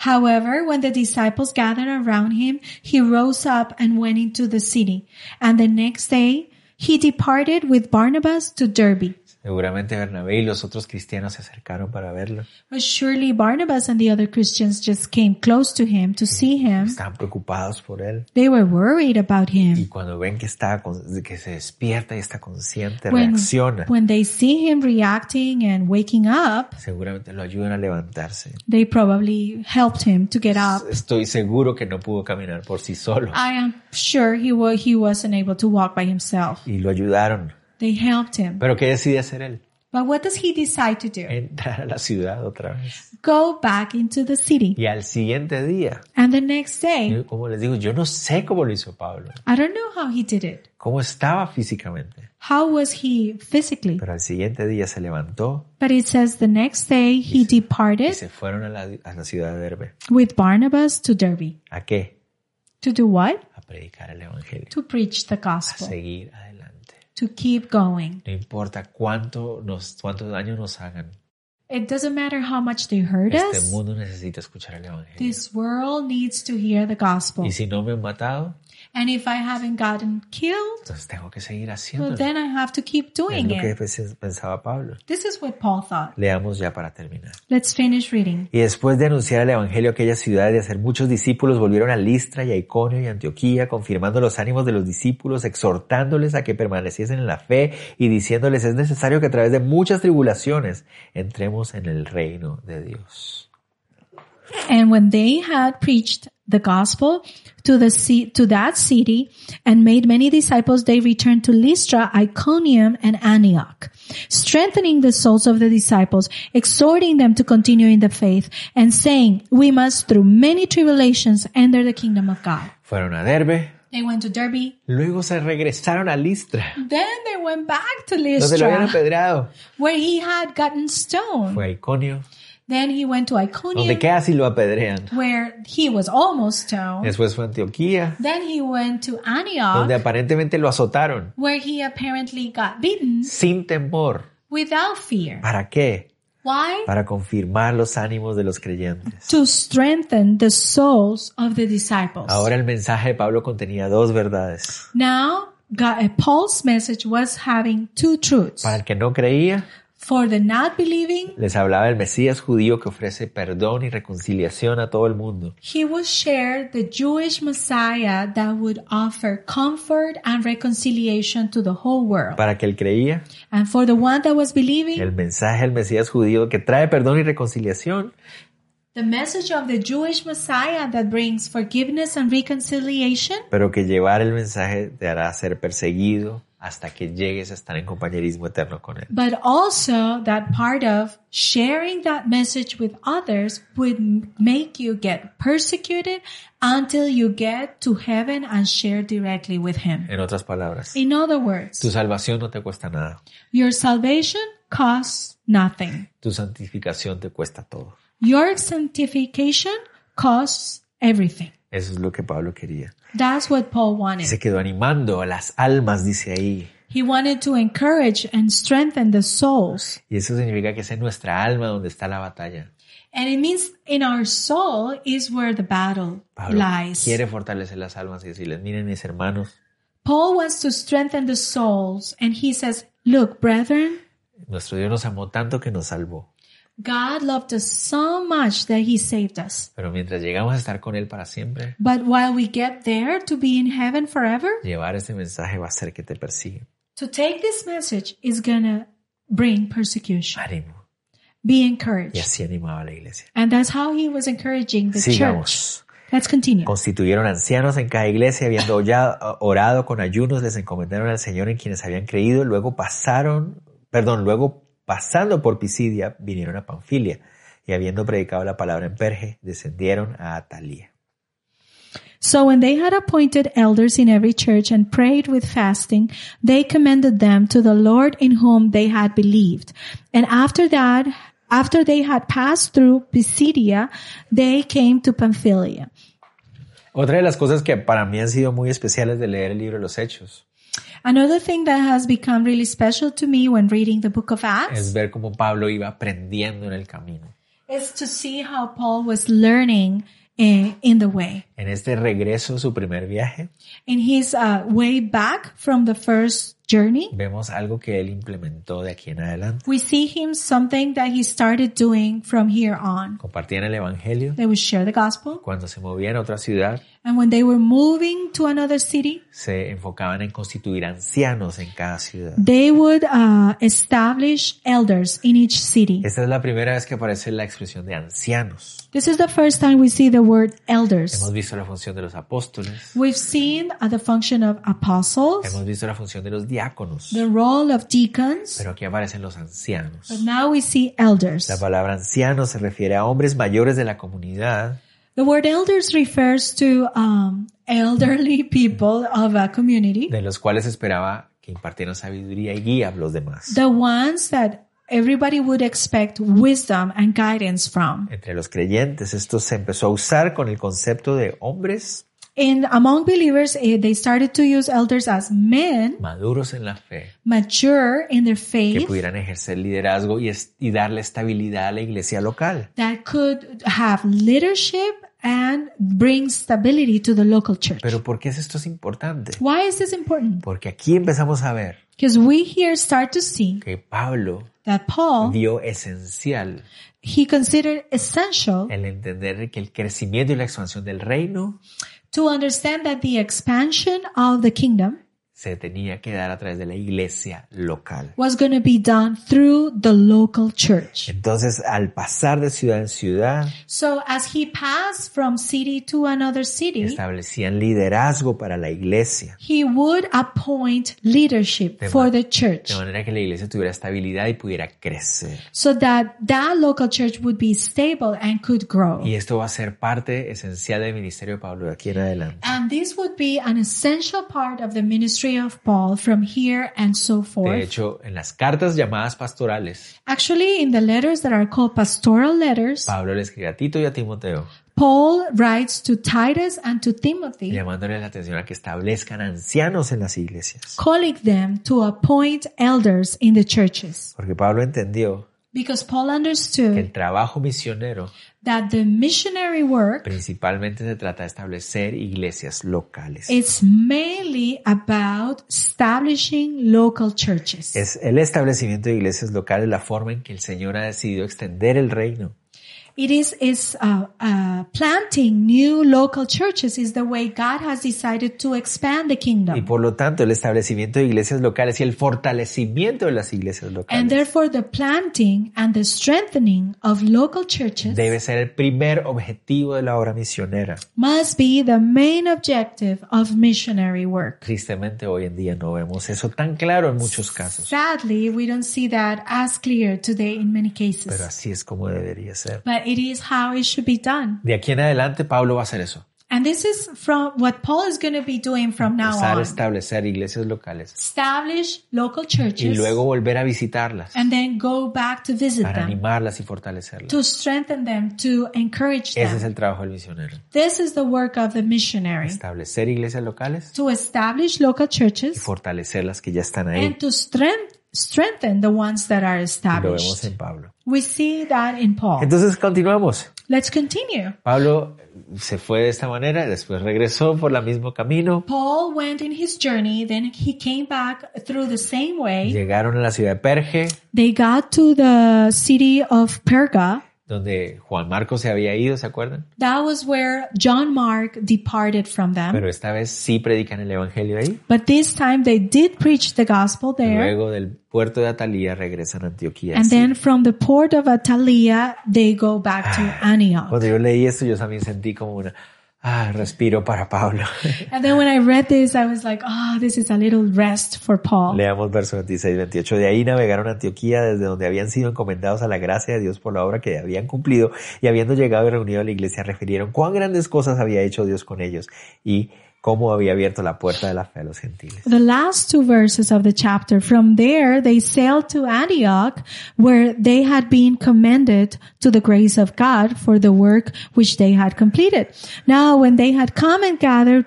Speaker 2: However, when the disciples gathered around him, he rose up and went into the city. And the next day, he departed with Barnabas to Derbe.
Speaker 1: Seguramente Bernabé y los otros cristianos se acercaron para verlo.
Speaker 2: But surely Barnabas and the other Christians just came close to him to see him.
Speaker 1: Estaban preocupados por él.
Speaker 2: They were worried about
Speaker 1: Y
Speaker 2: him.
Speaker 1: cuando ven que, está, con- que se despierta y está consciente,
Speaker 2: When,
Speaker 1: reacciona,
Speaker 2: when they see him reacting and waking up,
Speaker 1: seguramente lo ayudan a levantarse.
Speaker 2: they probably helped him to get up.
Speaker 1: Estoy seguro que no pudo caminar por sí solo.
Speaker 2: I am sure he, wa- he wasn't able to walk by himself.
Speaker 1: Y lo ayudaron.
Speaker 2: They helped him.
Speaker 1: Pero ¿qué decide hacer él?
Speaker 2: But what does he decide to do?
Speaker 1: Entrar a la ciudad otra vez.
Speaker 2: Go back into the city.
Speaker 1: Y al siguiente día,
Speaker 2: And the next day,
Speaker 1: yo- como les digo, yo no sé cómo lo hizo Pablo,
Speaker 2: I don't know how he did it.
Speaker 1: cómo estaba físicamente.
Speaker 2: How was he physically?
Speaker 1: Pero al siguiente día se levantó
Speaker 2: But it says the next day he
Speaker 1: y
Speaker 2: departed
Speaker 1: se fueron a la, a la ciudad de Derbe.
Speaker 2: with Barnabas to Derby.
Speaker 1: ¿A qué?
Speaker 2: To do what?
Speaker 1: A predicar el Evangelio,
Speaker 2: To preach the
Speaker 1: a
Speaker 2: gospel.
Speaker 1: seguir adelante.
Speaker 2: To keep going.
Speaker 1: No importa cuánto nos, cuántos daños nos hagan,
Speaker 2: It doesn't matter how much they hurt
Speaker 1: este
Speaker 2: us.
Speaker 1: mundo necesita escuchar el Evangelio.
Speaker 2: This world needs to hear the gospel.
Speaker 1: Y si no me han matado,
Speaker 2: And if I haven't gotten killed,
Speaker 1: entonces tengo que seguir
Speaker 2: well,
Speaker 1: haciéndolo.
Speaker 2: then I have to keep
Speaker 1: Es
Speaker 2: doing
Speaker 1: lo que
Speaker 2: it.
Speaker 1: pens- pensaba Pablo.
Speaker 2: This is what Paul thought.
Speaker 1: Leamos ya para terminar.
Speaker 2: Let's finish reading.
Speaker 1: Y después de anunciar el Evangelio a aquella ciudad y de hacer muchos discípulos, volvieron a Listra y a Iconio y a Antioquía, confirmando los ánimos de los discípulos, exhortándoles a que permaneciesen en la fe y diciéndoles es necesario que a través de muchas tribulaciones entremos en el reino de Dios.
Speaker 2: And when they had preached the gospel to the ci- to that city and made many disciples, they returned to Lystra, Iconium, and Antioch, strengthening the souls of the disciples, exhorting them to continue in the faith, and saying, "We must through many tribulations enter the kingdom of God."
Speaker 1: Fueron a Derbe,
Speaker 2: They went to Derby.
Speaker 1: luego se regresaron a Listra,
Speaker 2: Then they went back to
Speaker 1: donde lo habían
Speaker 2: Lystra,
Speaker 1: apedrado.
Speaker 2: where he had gotten stoned.
Speaker 1: Fue a Iconio,
Speaker 2: Then he went to
Speaker 1: donde
Speaker 2: Iconium,
Speaker 1: casi lo apedrean.
Speaker 2: where he was almost stoned.
Speaker 1: Después fue a Antioquía,
Speaker 2: Then he went to
Speaker 1: donde
Speaker 2: Antioch,
Speaker 1: aparentemente lo azotaron,
Speaker 2: where he apparently got beaten
Speaker 1: sin temor.
Speaker 2: without fear.
Speaker 1: ¿Para qué?
Speaker 2: Why?
Speaker 1: para confirmar los ánimos de los creyentes.
Speaker 2: To strengthen the souls of the disciples.
Speaker 1: Ahora el mensaje de Pablo contenía dos verdades.
Speaker 2: Now, God, uh, Paul's message was having two truths.
Speaker 1: Para el que no creía,
Speaker 2: For the not believing,
Speaker 1: les hablaba del Mesías judío que ofrece perdón y reconciliación a todo el mundo.
Speaker 2: he would share the Jewish Messiah that would offer comfort and reconciliation to the whole world.
Speaker 1: Para el que él creía,
Speaker 2: And for the one that was believing,
Speaker 1: el mensaje del Mesías judío que trae perdón y reconciliación
Speaker 2: the message of the Jewish Messiah that brings forgiveness and reconciliation
Speaker 1: pero que llevar el mensaje te hará ser perseguido hasta que llegues a estar en compañerismo eterno con él.
Speaker 2: but also that part of sharing that message with others would m- make you get persecuted until you get to heaven and share directly with him.
Speaker 1: En otras palabras,
Speaker 2: In other
Speaker 1: tu
Speaker 2: words,
Speaker 1: salvación no te cuesta nada,
Speaker 2: your salvation costs nothing.
Speaker 1: tu santificación te cuesta todo.
Speaker 2: Your sanctification costs everything.
Speaker 1: Eso es lo que Pablo quería.
Speaker 2: That's what Paul
Speaker 1: Y
Speaker 2: wanted.
Speaker 1: se quedó animando a las almas, dice ahí.
Speaker 2: He wanted to encourage and strengthen the souls.
Speaker 1: Y eso significa que es en nuestra alma donde está la batalla.
Speaker 2: And it means in our soul is where the battle
Speaker 1: Pablo
Speaker 2: lies.
Speaker 1: quiere fortalecer las almas y decirles, miren mis hermanos,
Speaker 2: Paul wants to strengthen the souls, and he says, Look, brethren,
Speaker 1: nuestro Dios nos amó tanto que nos salvó.
Speaker 2: God loved us so much that he saved us.
Speaker 1: Pero mientras llegamos a estar con Él para siempre,
Speaker 2: But while we get there to be in heaven forever,
Speaker 1: llevar ese mensaje va a ser que te persigue.
Speaker 2: to take this message is gonna bring persecution.
Speaker 1: Ánimo.
Speaker 2: Be encouraged.
Speaker 1: Y así animaba a la iglesia.
Speaker 2: And that's how he was encouraging the church.
Speaker 1: Sigamos.
Speaker 2: Let's continue.
Speaker 1: Constituyeron ancianos en cada iglesia, habiendo olla- orado con ayunos, les encomendaron al Señor en quienes habían creído, luego pasaron, perdón, luego pasando por Pisidia, vinieron a Panfilia, y habiendo predicado la palabra en Perge, descendieron a Atalía.
Speaker 2: So when they had appointed elders in every church and prayed with fasting, they commended them to the Lord in whom they had believed. And after that, after they had passed through Pisidia, they came to Pamphylia.
Speaker 1: Otra de las cosas que para mí han sido muy especiales de leer el libro de los Hechos
Speaker 2: Another thing that has become really special to me when reading the book of Acts
Speaker 1: es ver cómo Pablo iba aprendiendo en el camino.
Speaker 2: is to see how Paul was learning eh, in the way.
Speaker 1: En este regreso, su primer viaje,
Speaker 2: In his uh, way back from the first journey,
Speaker 1: vemos algo que él implementó de aquí en adelante.
Speaker 2: we see him something that he started doing from here on.
Speaker 1: Compartían el Evangelio.
Speaker 2: They would share the gospel.
Speaker 1: Cuando se movían a otra ciudad,
Speaker 2: And when they were moving to another city,
Speaker 1: se enfocaban en constituir ancianos en cada ciudad.
Speaker 2: they would uh, establish elders in each city.
Speaker 1: Esta es la primera vez que aparece la expresión de ancianos.
Speaker 2: This is the first time we see the word elders.
Speaker 1: Hemos visto la función de los apóstoles,
Speaker 2: We've seen uh, the function of apostles,
Speaker 1: hemos visto la función de los diáconos,
Speaker 2: the role of deacons,
Speaker 1: pero aquí aparecen los ancianos.
Speaker 2: but now we see elders.
Speaker 1: La palabra anciano se refiere a hombres mayores de la comunidad
Speaker 2: The word elders refers to um, elderly people of a community,
Speaker 1: de los cuales esperaba que impartieran sabiduría y guía a los demás.
Speaker 2: the ones that everybody would expect wisdom and guidance from.
Speaker 1: Entre los creyentes esto se empezó a usar con el concepto de hombres
Speaker 2: And among believers, eh, they started to use elders as men
Speaker 1: maduros en la fe
Speaker 2: mature in their
Speaker 1: que
Speaker 2: faith
Speaker 1: pudieran ejercer liderazgo y, es- y darle estabilidad a la iglesia local.
Speaker 2: that could have leadership and bring stability to the local church.
Speaker 1: Pero ¿por qué es esto es importante?
Speaker 2: Why is this important?
Speaker 1: Porque aquí empezamos a ver
Speaker 2: Because we here start to see
Speaker 1: que Pablo
Speaker 2: that Paul,
Speaker 1: dio esencial
Speaker 2: he considered essential
Speaker 1: el entender que el crecimiento y la expansión del reino
Speaker 2: to understand that the expansion of the kingdom
Speaker 1: se tenía que dar a través de la iglesia local.
Speaker 2: was going to be done through the local church.
Speaker 1: Entonces, al pasar de ciudad en ciudad,
Speaker 2: So as he passed from city to another city,
Speaker 1: establecían liderazgo para la iglesia,
Speaker 2: he would appoint leadership
Speaker 1: De
Speaker 2: for
Speaker 1: man-
Speaker 2: the church.
Speaker 1: de manera que la iglesia tuviera estabilidad y pudiera crecer.
Speaker 2: so that that local church would be stable and could grow.
Speaker 1: Y esto va a ser parte esencial del ministerio de Pablo de aquí en adelante.
Speaker 2: And this would be an essential part of the ministry of Paul from here and so
Speaker 1: De
Speaker 2: forth.
Speaker 1: hecho, en las cartas llamadas pastorales,
Speaker 2: Actually, in the letters that are called pastoral letters,
Speaker 1: Pablo le escribe a Tito y a Timoteo
Speaker 2: Paul writes to Titus and to Timothy,
Speaker 1: llamándoles la atención a que establezcan ancianos en las iglesias.
Speaker 2: calling them to appoint elders in the churches.
Speaker 1: Porque Pablo entendió
Speaker 2: Because Paul
Speaker 1: que
Speaker 2: understood
Speaker 1: el trabajo misionero
Speaker 2: that the missionary work
Speaker 1: principalmente se trata de establecer iglesias locales.
Speaker 2: is mainly about establishing local churches.
Speaker 1: Es el establecimiento de iglesias locales la forma en que el Señor ha decidido extender el reino.
Speaker 2: It is is uh, uh, planting new local churches is the way God has decided to expand the
Speaker 1: Y
Speaker 2: kingdom,
Speaker 1: por lo tanto, el establecimiento de iglesias locales y el fortalecimiento de las iglesias
Speaker 2: and
Speaker 1: locales
Speaker 2: therefore the planting and the strengthening of local churches
Speaker 1: debe ser el primer objetivo de la obra misionera.
Speaker 2: must be the main objective of missionary work.
Speaker 1: Tristemente, hoy en día no vemos eso tan claro en muchos casos,
Speaker 2: Sadly, we don't see that as clear today in many
Speaker 1: pero
Speaker 2: cases,
Speaker 1: así es como debería ser.
Speaker 2: but it is how it should be done.
Speaker 1: De aquí en adelante, Pablo va a hacer eso.
Speaker 2: And this is from what Paul is going to be doing from now
Speaker 1: Empezar a
Speaker 2: on:
Speaker 1: establecer iglesias locales
Speaker 2: establish local
Speaker 1: y
Speaker 2: churches,
Speaker 1: luego volver a visitarlas
Speaker 2: and then go back to visit
Speaker 1: para
Speaker 2: them.
Speaker 1: animarlas y fortalecerlas.
Speaker 2: to strengthen them, to encourage
Speaker 1: Ese es
Speaker 2: them.
Speaker 1: el trabajo del misionero.
Speaker 2: This is the work of the missionary
Speaker 1: Establecer iglesias locales
Speaker 2: to establish local
Speaker 1: y
Speaker 2: churches
Speaker 1: fortalecer las que ya están ahí.
Speaker 2: and to strength, strengthen the ones that are
Speaker 1: Lo vemos
Speaker 2: established.
Speaker 1: en Pablo.
Speaker 2: We see that in Paul.
Speaker 1: Entonces continuamos.
Speaker 2: Let's continue.
Speaker 1: Pablo se fue de esta manera, después regresó por el mismo camino,
Speaker 2: Paul went in his journey, then he came back through the same way.
Speaker 1: llegaron a la ciudad de Perge,
Speaker 2: They got to the city of Perga.
Speaker 1: donde Juan Marcos se había ido, ¿se acuerdan?
Speaker 2: That was where John Mark departed from them.
Speaker 1: Pero esta vez sí predican el Evangelio ahí.
Speaker 2: But this time they did preach the gospel there.
Speaker 1: Luego del puerto de Atalía regresan a Antioquía.
Speaker 2: And
Speaker 1: Sí.
Speaker 2: then from the port of Atalia, they go back to Antioch.
Speaker 1: Cuando yo leí esto, yo también sentí como una, ah, respiro para Pablo.
Speaker 2: And then when I read this, I was like, oh, this is a little rest for Paul.
Speaker 1: Leamos verso 26 28. De ahí navegaron a Antioquía, desde donde habían sido encomendados a la gracia de Dios por la obra que habían cumplido, y habiendo llegado y reunido a la iglesia, refirieron cuán grandes cosas había hecho Dios con ellos y cómo había abierto la puerta de la fe a los gentiles.
Speaker 2: The last two verses of the chapter. From there, they sailed to Antioch, where they had been commended to the grace of God for the work which they had completed. Now, when they had come and gathered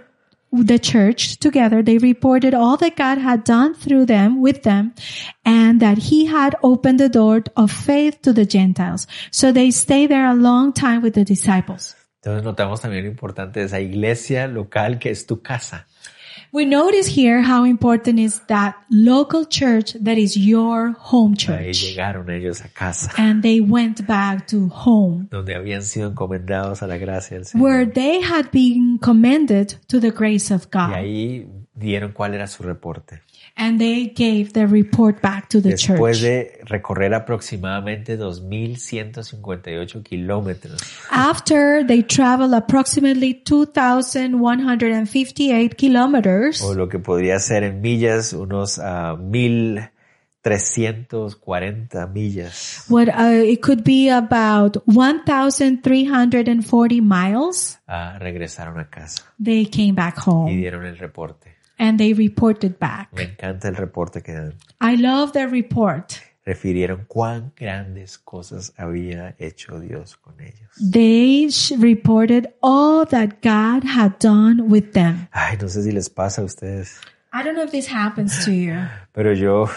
Speaker 2: the church together, they reported all that God had done through them with them and that he had opened the door of faith to the Gentiles. So they stayed there a long time with the disciples.
Speaker 1: Entonces notamos también lo importante de esa iglesia local que es tu casa.
Speaker 2: We notice here how important is that local church that is your home
Speaker 1: Ahí
Speaker 2: church.
Speaker 1: llegaron ellos a casa,
Speaker 2: And they went back to home
Speaker 1: donde habían sido encomendados a la gracia del Señor.
Speaker 2: where they had been commended to the grace of
Speaker 1: Y
Speaker 2: God.
Speaker 1: ahí dieron cuál era su reporte.
Speaker 2: And they gave their report back to the
Speaker 1: Después
Speaker 2: church.
Speaker 1: de recorrer aproximadamente 2.158 kilómetros,
Speaker 2: After they traveled approximately 2,158 kilometers,
Speaker 1: o lo que podría ser en millas, unos ah, 1.340 millas,
Speaker 2: what uh, it could be about 1,340 miles,
Speaker 1: ah, regresaron a casa
Speaker 2: they came back
Speaker 1: y
Speaker 2: home
Speaker 1: dieron el reporte.
Speaker 2: and they reported back.
Speaker 1: Me encanta el reporte que dan.
Speaker 2: I love the report.
Speaker 1: Refirieron cuán grandes cosas había hecho Dios con ellos.
Speaker 2: They sh- reported all that God had done with them.
Speaker 1: Ay, no sé si les pasa a ustedes.
Speaker 2: I don't know if this happens to you,
Speaker 1: Pero yo,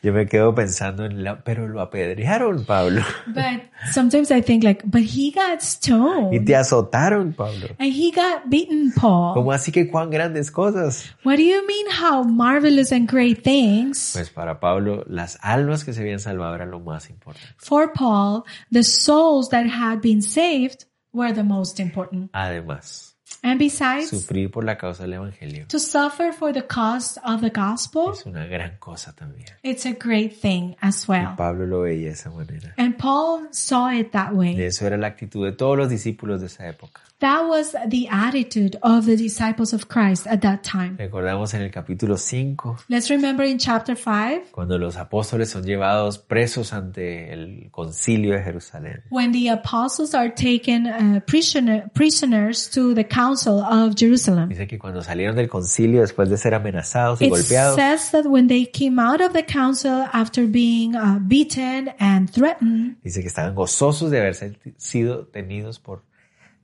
Speaker 1: yo me quedo pensando en la, pero lo apedrearon, Pablo.
Speaker 2: but sometimes I think like, but he got
Speaker 1: Y
Speaker 2: stoned
Speaker 1: te azotaron, Pablo.
Speaker 2: and he got beaten, Paul.
Speaker 1: ¿Cómo así que cuán grandes cosas?
Speaker 2: What do you mean how marvelous and great things?
Speaker 1: Pues para Pablo, las almas que se habían salvado eran lo más importante.
Speaker 2: For Paul, the souls that had been saved were the most important.
Speaker 1: Además,
Speaker 2: And besides,
Speaker 1: sufrir por la causa del Evangelio
Speaker 2: to suffer for the cause of the gospel,
Speaker 1: es una gran cosa también.
Speaker 2: it's a great thing as well.
Speaker 1: Y Pablo lo veía de esa manera.
Speaker 2: And Paul saw it that
Speaker 1: Y
Speaker 2: way.
Speaker 1: eso era la actitud de todos los discípulos de esa época.
Speaker 2: That was the attitude of the disciples of Christ at that time.
Speaker 1: Recordamos en el capítulo 5,
Speaker 2: Let's remember in chapter 5
Speaker 1: cuando los apóstoles son llevados presos ante el concilio de Jerusalén.
Speaker 2: when the apostles are taken uh, prisoner, prisoners to the council of Jerusalem.
Speaker 1: Dice que cuando salieron del concilio después de ser amenazados y
Speaker 2: It
Speaker 1: golpeados,
Speaker 2: says that when they came out of the council after being uh, beaten and threatened,
Speaker 1: Dice que estaban gozosos de haber senti- sido tenidos por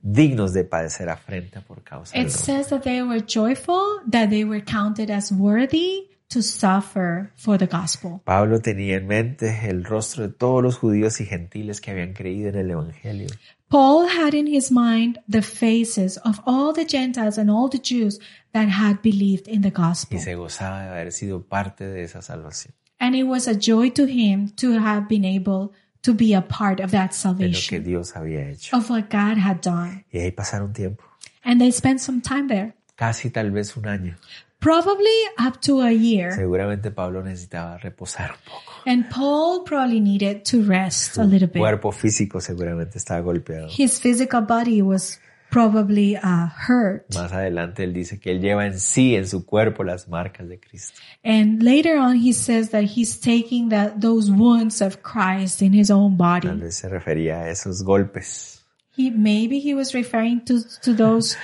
Speaker 1: dignos de padecer afrenta por causa de
Speaker 2: it says that they were joyful, that they were counted as worthy to suffer for the gospel.
Speaker 1: Pablo tenía en mente el rostro de todos los judíos y gentiles que habían creído en el Evangelio.
Speaker 2: Paul had in his mind the faces of all the Gentiles and all the Jews that had believed in the
Speaker 1: Y
Speaker 2: gospel.
Speaker 1: se gozaba de haber sido parte de esa salvación.
Speaker 2: And it was a joy to him to have been able to be a part of
Speaker 1: De lo
Speaker 2: that
Speaker 1: que
Speaker 2: salvation,
Speaker 1: Dios había hecho.
Speaker 2: of what God had done.
Speaker 1: Y ahí pasaron tiempo.
Speaker 2: And they spent some time there,
Speaker 1: Casi tal vez un año.
Speaker 2: probably up to a year.
Speaker 1: Seguramente Pablo necesitaba reposar un poco.
Speaker 2: And Paul probably needed to rest a little
Speaker 1: Su
Speaker 2: bit.
Speaker 1: cuerpo físico seguramente estaba golpeado.
Speaker 2: His physical body was probably uh, hurt.
Speaker 1: Más adelante él dice que él lleva en sí, en su cuerpo, las marcas de Cristo.
Speaker 2: And later on, he says that he's taking that, those wounds of Christ in his own body.
Speaker 1: Tal vez se refería a esos golpes.
Speaker 2: He maybe he was referring to to those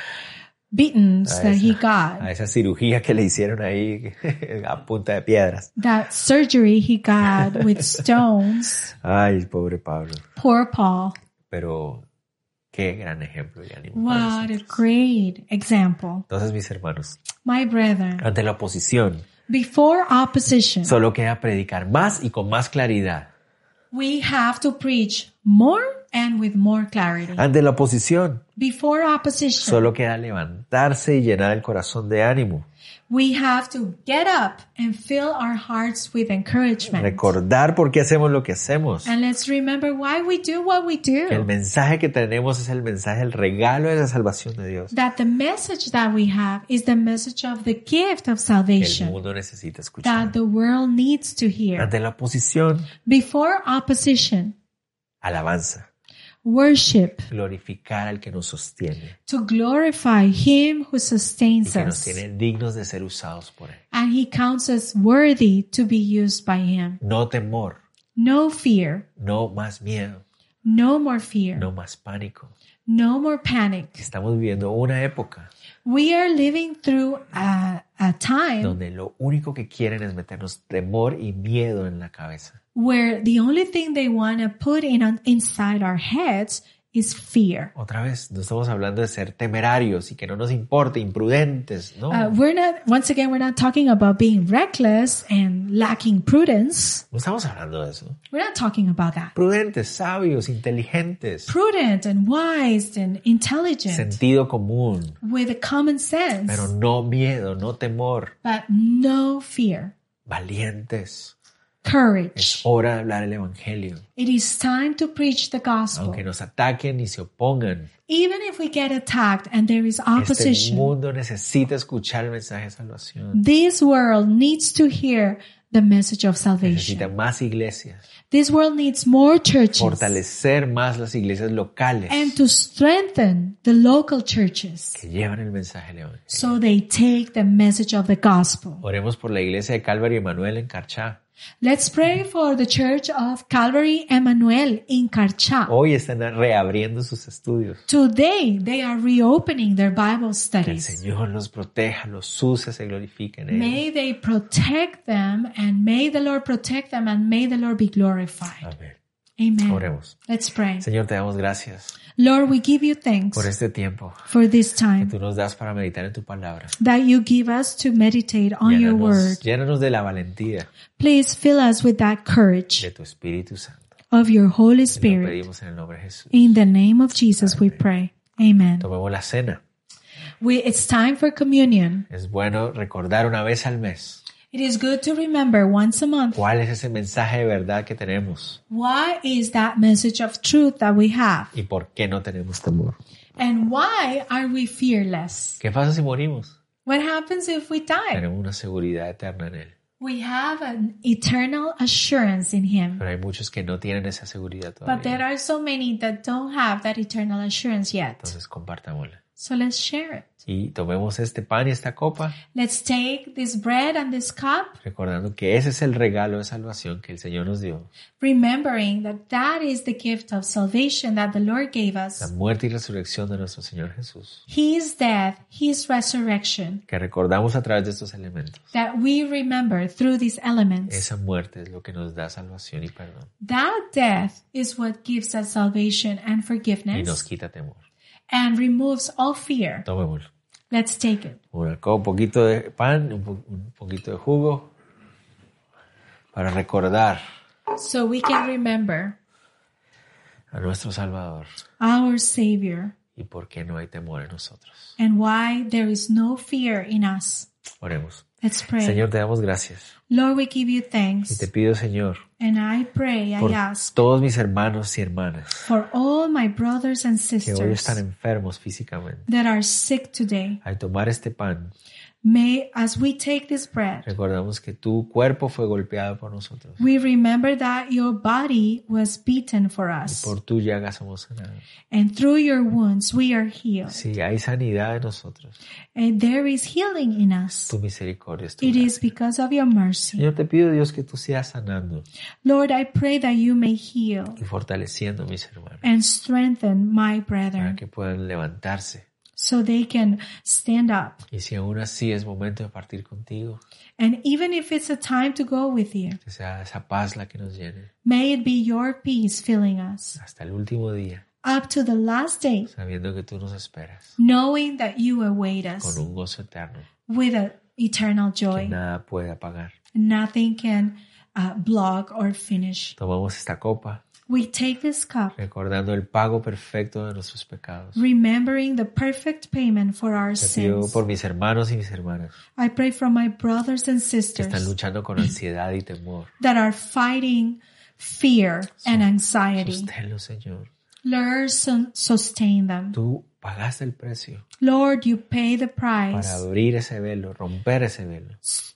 Speaker 2: beatings that he
Speaker 1: a
Speaker 2: got,
Speaker 1: esa cirugía que le hicieron ahí a punta de piedras.
Speaker 2: that surgery he got with stones.
Speaker 1: Ay, pobre Pablo.
Speaker 2: Poor Paul.
Speaker 1: Pero qué gran ejemplo y ánimo. para
Speaker 2: What a
Speaker 1: nosotros.
Speaker 2: great example,
Speaker 1: Entonces, mis hermanos,
Speaker 2: my brethren.
Speaker 1: ante la oposición,
Speaker 2: Before opposition,
Speaker 1: solo queda predicar más y con más claridad
Speaker 2: we have to preach more and with more clarity.
Speaker 1: Ante la oposición,
Speaker 2: Before opposition,
Speaker 1: Uh, solo queda levantarse y llenar el corazón de ánimo.
Speaker 2: we have to get up and fill our hearts with encouragement.
Speaker 1: Recordar por qué hacemos lo que hacemos.
Speaker 2: And let's remember why we do what we
Speaker 1: El
Speaker 2: do.
Speaker 1: mensaje que tenemos es el mensaje, el regalo de la salvación de Dios.
Speaker 2: That the message that we have is the message of the gift of
Speaker 1: que el
Speaker 2: salvation
Speaker 1: mundo necesita escuchar.
Speaker 2: that the world needs to hear.
Speaker 1: Ante la oposición,
Speaker 2: Before opposition,
Speaker 1: alabanza.
Speaker 2: worship
Speaker 1: Glorificar al que nos sostiene
Speaker 2: to glorify Him who
Speaker 1: y
Speaker 2: sustains
Speaker 1: que nos
Speaker 2: us.
Speaker 1: tiene dignos de ser usados por él.
Speaker 2: And He counts us worthy to be used by Him.
Speaker 1: No temor,
Speaker 2: No fear,
Speaker 1: no más miedo,
Speaker 2: no more fear,
Speaker 1: no más pánico.
Speaker 2: no more panic.
Speaker 1: Estamos viviendo una época
Speaker 2: We are living through a, a time
Speaker 1: donde lo único que quieren es meternos temor y miedo en la cabeza.
Speaker 2: where the only thing they want to put in on, inside our heads is fear.
Speaker 1: Otra vez, no estamos hablando de ser temerarios y que no nos importe, imprudentes, ¿no?
Speaker 2: Uh, we're not, once again, we're not talking about being reckless and lacking prudence.
Speaker 1: No estamos hablando de eso.
Speaker 2: We're not talking about that.
Speaker 1: Prudentes, sabios, inteligentes,
Speaker 2: Prudent and wise and intelligent
Speaker 1: sentido común,
Speaker 2: with a common sense,
Speaker 1: pero no miedo, no temor,
Speaker 2: but no fear.
Speaker 1: valientes. Es
Speaker 2: Courage.
Speaker 1: hora de hablar el Evangelio,
Speaker 2: It is time to preach the gospel.
Speaker 1: aunque nos ataquen y se opongan.
Speaker 2: Even if we get attacked and there is
Speaker 1: Este
Speaker 2: opposition,
Speaker 1: mundo necesita escuchar el mensaje de salvación.
Speaker 2: this world needs to hear the message of salvation.
Speaker 1: Necesita más iglesias,
Speaker 2: This world needs more churches
Speaker 1: fortalecer más las iglesias locales
Speaker 2: and to strengthen the local churches
Speaker 1: que llevan el mensaje del Evangelio.
Speaker 2: so they take the message of the gospel.
Speaker 1: Oremos por la iglesia de Calvary Emanuel en Carchá.
Speaker 2: Let's pray for the church of Calvary Emmanuel in Karcha.
Speaker 1: Hoy están reabriendo sus estudios.
Speaker 2: Today they are reopening their
Speaker 1: Que
Speaker 2: Bible
Speaker 1: el
Speaker 2: studies.
Speaker 1: Señor los proteja, los use, se glorifiquen en Él.
Speaker 2: May they protect them and may the Lord protect them and may the Lord be glorified.
Speaker 1: Amén.
Speaker 2: Amen.
Speaker 1: Oremos.
Speaker 2: Let's pray.
Speaker 1: Señor, te damos gracias
Speaker 2: Lord, we give you thanks
Speaker 1: por este tiempo
Speaker 2: for this
Speaker 1: que
Speaker 2: time
Speaker 1: tú nos das para meditar en tu palabra.
Speaker 2: that you give us to meditate on your
Speaker 1: Llénanos,
Speaker 2: word.
Speaker 1: llénanos de la valentía
Speaker 2: Please fill us with that courage
Speaker 1: de tu Espíritu Santo.
Speaker 2: of your Holy
Speaker 1: Te lo
Speaker 2: Spirit.
Speaker 1: pedimos en el nombre de Jesús.
Speaker 2: In the name of Jesus, we pray. Amen.
Speaker 1: Tomemos la cena.
Speaker 2: We, it's time for communion.
Speaker 1: Es bueno recordar una vez al mes
Speaker 2: It is good to remember once a month
Speaker 1: cuál es ese mensaje de verdad que tenemos
Speaker 2: why is that message of truth that we have
Speaker 1: y por qué no tenemos temor.
Speaker 2: and why are we fearless?
Speaker 1: ¿Qué pasa si morimos?
Speaker 2: What happens if we die?
Speaker 1: Tenemos una seguridad eterna en Él.
Speaker 2: We have an eternal assurance in Him.
Speaker 1: Pero hay muchos que no tienen esa seguridad
Speaker 2: But there
Speaker 1: todavía.
Speaker 2: are so many that don't have that eternal assurance yet.
Speaker 1: Entonces compartámosla.
Speaker 2: So let's share it.
Speaker 1: Y tomemos este pan y esta copa,
Speaker 2: Let's take this bread and this cup
Speaker 1: recordando que ese es el regalo de salvación que el Señor nos dio.
Speaker 2: remembering that that is the gift of salvation that the Lord gave
Speaker 1: La
Speaker 2: us.
Speaker 1: muerte y resurrección de nuestro Señor Jesús,
Speaker 2: His death, His resurrection,
Speaker 1: que recordamos a través de estos elementos.
Speaker 2: that we remember through these elements.
Speaker 1: Esa muerte es lo que nos da salvación y perdón
Speaker 2: That death is what gives us salvation and
Speaker 1: y nos
Speaker 2: forgiveness
Speaker 1: quita temor.
Speaker 2: and removes all fear.
Speaker 1: Tomémoslo.
Speaker 2: Let's take it.
Speaker 1: Bueno, con un poquito de pan, un, po- un poquito de jugo para recordar
Speaker 2: So we can remember
Speaker 1: a nuestro Salvador
Speaker 2: our Savior
Speaker 1: y por qué no hay temor en nosotros.
Speaker 2: and why there is no fear in us.
Speaker 1: Oremos.
Speaker 2: Let's pray.
Speaker 1: Señor, te damos gracias
Speaker 2: Lord, we give you
Speaker 1: y
Speaker 2: thanks.
Speaker 1: te pido, Señor,
Speaker 2: And I pray,
Speaker 1: por
Speaker 2: I ask.
Speaker 1: todos mis hermanos y hermanas
Speaker 2: for all my brothers and
Speaker 1: que hoy están
Speaker 2: sisters
Speaker 1: enfermos físicamente.
Speaker 2: that are sick today.
Speaker 1: Al tomar este pan,
Speaker 2: May, as we take this bread,
Speaker 1: recordamos que tu cuerpo fue golpeado por nosotros.
Speaker 2: we remember that your body was beaten for
Speaker 1: Y
Speaker 2: us,
Speaker 1: por tu llaga somos sanados.
Speaker 2: and through your wounds we are healed.
Speaker 1: Si hay sanidad en nosotros,
Speaker 2: And there is healing in us.
Speaker 1: tu misericordia es tu
Speaker 2: It is
Speaker 1: gracia.
Speaker 2: because of your mercy.
Speaker 1: Señor, te pido, Dios, que tú seas sanando
Speaker 2: Lord, I pray that you may heal
Speaker 1: y fortaleciendo a mis hermanos
Speaker 2: and strengthen my
Speaker 1: para
Speaker 2: brethren
Speaker 1: que puedan levantarse.
Speaker 2: so they can stand up.
Speaker 1: Y si aún así es momento de partir contigo,
Speaker 2: And even if it's a time to go with you,
Speaker 1: que sea esa paz la que nos llene
Speaker 2: may it be your peace filling us
Speaker 1: hasta el último día,
Speaker 2: up to the last day
Speaker 1: sabiendo que tú nos esperas
Speaker 2: knowing that you await
Speaker 1: con
Speaker 2: us
Speaker 1: un gozo eterno
Speaker 2: with an eternal
Speaker 1: que
Speaker 2: joy.
Speaker 1: nada puede apagar.
Speaker 2: Nothing can uh, block or finish.
Speaker 1: Tomamos esta copa
Speaker 2: We take this cup,
Speaker 1: recordando el pago perfecto de nuestros pecados.
Speaker 2: remembering the perfect payment for our
Speaker 1: Te pido
Speaker 2: sins.
Speaker 1: por mis hermanos y mis hermanas
Speaker 2: I pray for my brothers and
Speaker 1: que están
Speaker 2: sisters
Speaker 1: luchando con ansiedad y temor.
Speaker 2: that are fighting fear and anxiety.
Speaker 1: Sosténlo, Señor.
Speaker 2: Lord, su- sustain them.
Speaker 1: Tú pagaste el precio
Speaker 2: Lord, you pay the
Speaker 1: para
Speaker 2: price
Speaker 1: abrir ese velo, romper ese velo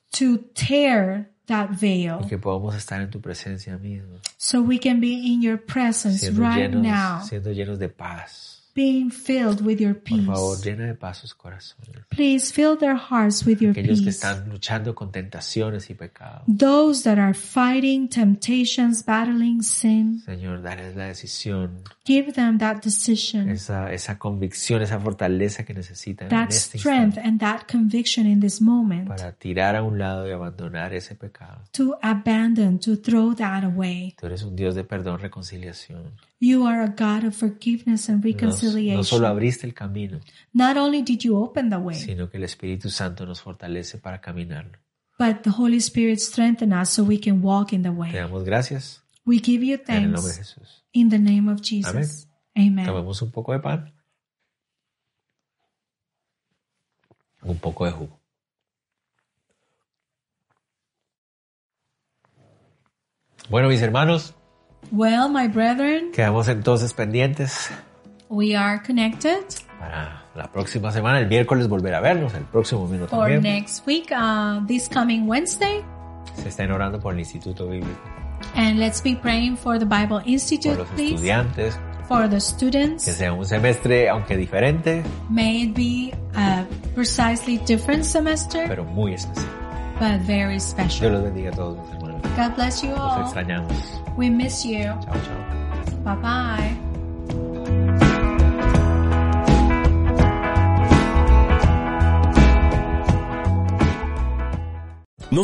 Speaker 2: to tear that
Speaker 1: y
Speaker 2: veil
Speaker 1: que podamos estar en tu presencia misma,
Speaker 2: so we can be in your presence
Speaker 1: siendo
Speaker 2: right now,
Speaker 1: llenos, siendo llenos de paz.
Speaker 2: being filled with your
Speaker 1: Por favor,
Speaker 2: peace.
Speaker 1: llena de paz sus corazones.
Speaker 2: Please fill their hearts with your
Speaker 1: Aquellos que
Speaker 2: peace.
Speaker 1: están luchando con tentaciones y pecados.
Speaker 2: Those that are fighting temptations, battling sin,
Speaker 1: Señor, darles la decisión,
Speaker 2: give them that decision,
Speaker 1: esa, esa convicción, esa fortaleza que necesitan en
Speaker 2: Mm. that
Speaker 1: este
Speaker 2: strength
Speaker 1: instante
Speaker 2: and that conviction in this moment
Speaker 1: para tirar a un lado y abandonar ese pecado.
Speaker 2: to abandon, to throw that away.
Speaker 1: Tú eres un Dios de perdón, reconciliación.
Speaker 2: You are a God of forgiveness
Speaker 1: Nos-
Speaker 2: and
Speaker 1: no solo
Speaker 2: reconciliation.
Speaker 1: abriste el camino,
Speaker 2: Not only did you open the way,
Speaker 1: sino que el Espíritu Santo nos fortalece para caminarlo.
Speaker 2: But the Holy Spirit strengthen us so we can walk in the
Speaker 1: Te
Speaker 2: way.
Speaker 1: damos gracias
Speaker 2: We give you
Speaker 1: en el nombre de
Speaker 2: thanks
Speaker 1: Jesús.
Speaker 2: in the name of Jesus. Amen.
Speaker 1: Tomemos un poco de pan, un poco de jugo. Bueno, mis hermanos,
Speaker 2: Well, my brethren,
Speaker 1: quedamos entonces pendientes
Speaker 2: we are connected
Speaker 1: para la próxima semana. El miércoles volver a vernos, el próximo minuto
Speaker 2: for
Speaker 1: también.
Speaker 2: next week, uh, this coming Wednesday.
Speaker 1: Se están orando por el Instituto Bíblico,
Speaker 2: And let's be praying for the Bible
Speaker 1: por
Speaker 2: Institute,
Speaker 1: los
Speaker 2: please,
Speaker 1: estudiantes,
Speaker 2: for the
Speaker 1: que
Speaker 2: students.
Speaker 1: sea un semestre, aunque diferente,
Speaker 2: May it be a precisely different semester,
Speaker 1: pero muy especial.
Speaker 2: but very
Speaker 1: Dios
Speaker 2: special.
Speaker 1: los bendiga a todos, mis hermanos.
Speaker 2: God bless you
Speaker 1: Los
Speaker 2: all.
Speaker 1: extrañamos.
Speaker 2: We miss you.
Speaker 1: Chao, chao.
Speaker 2: Bye bye.
Speaker 3: ¿No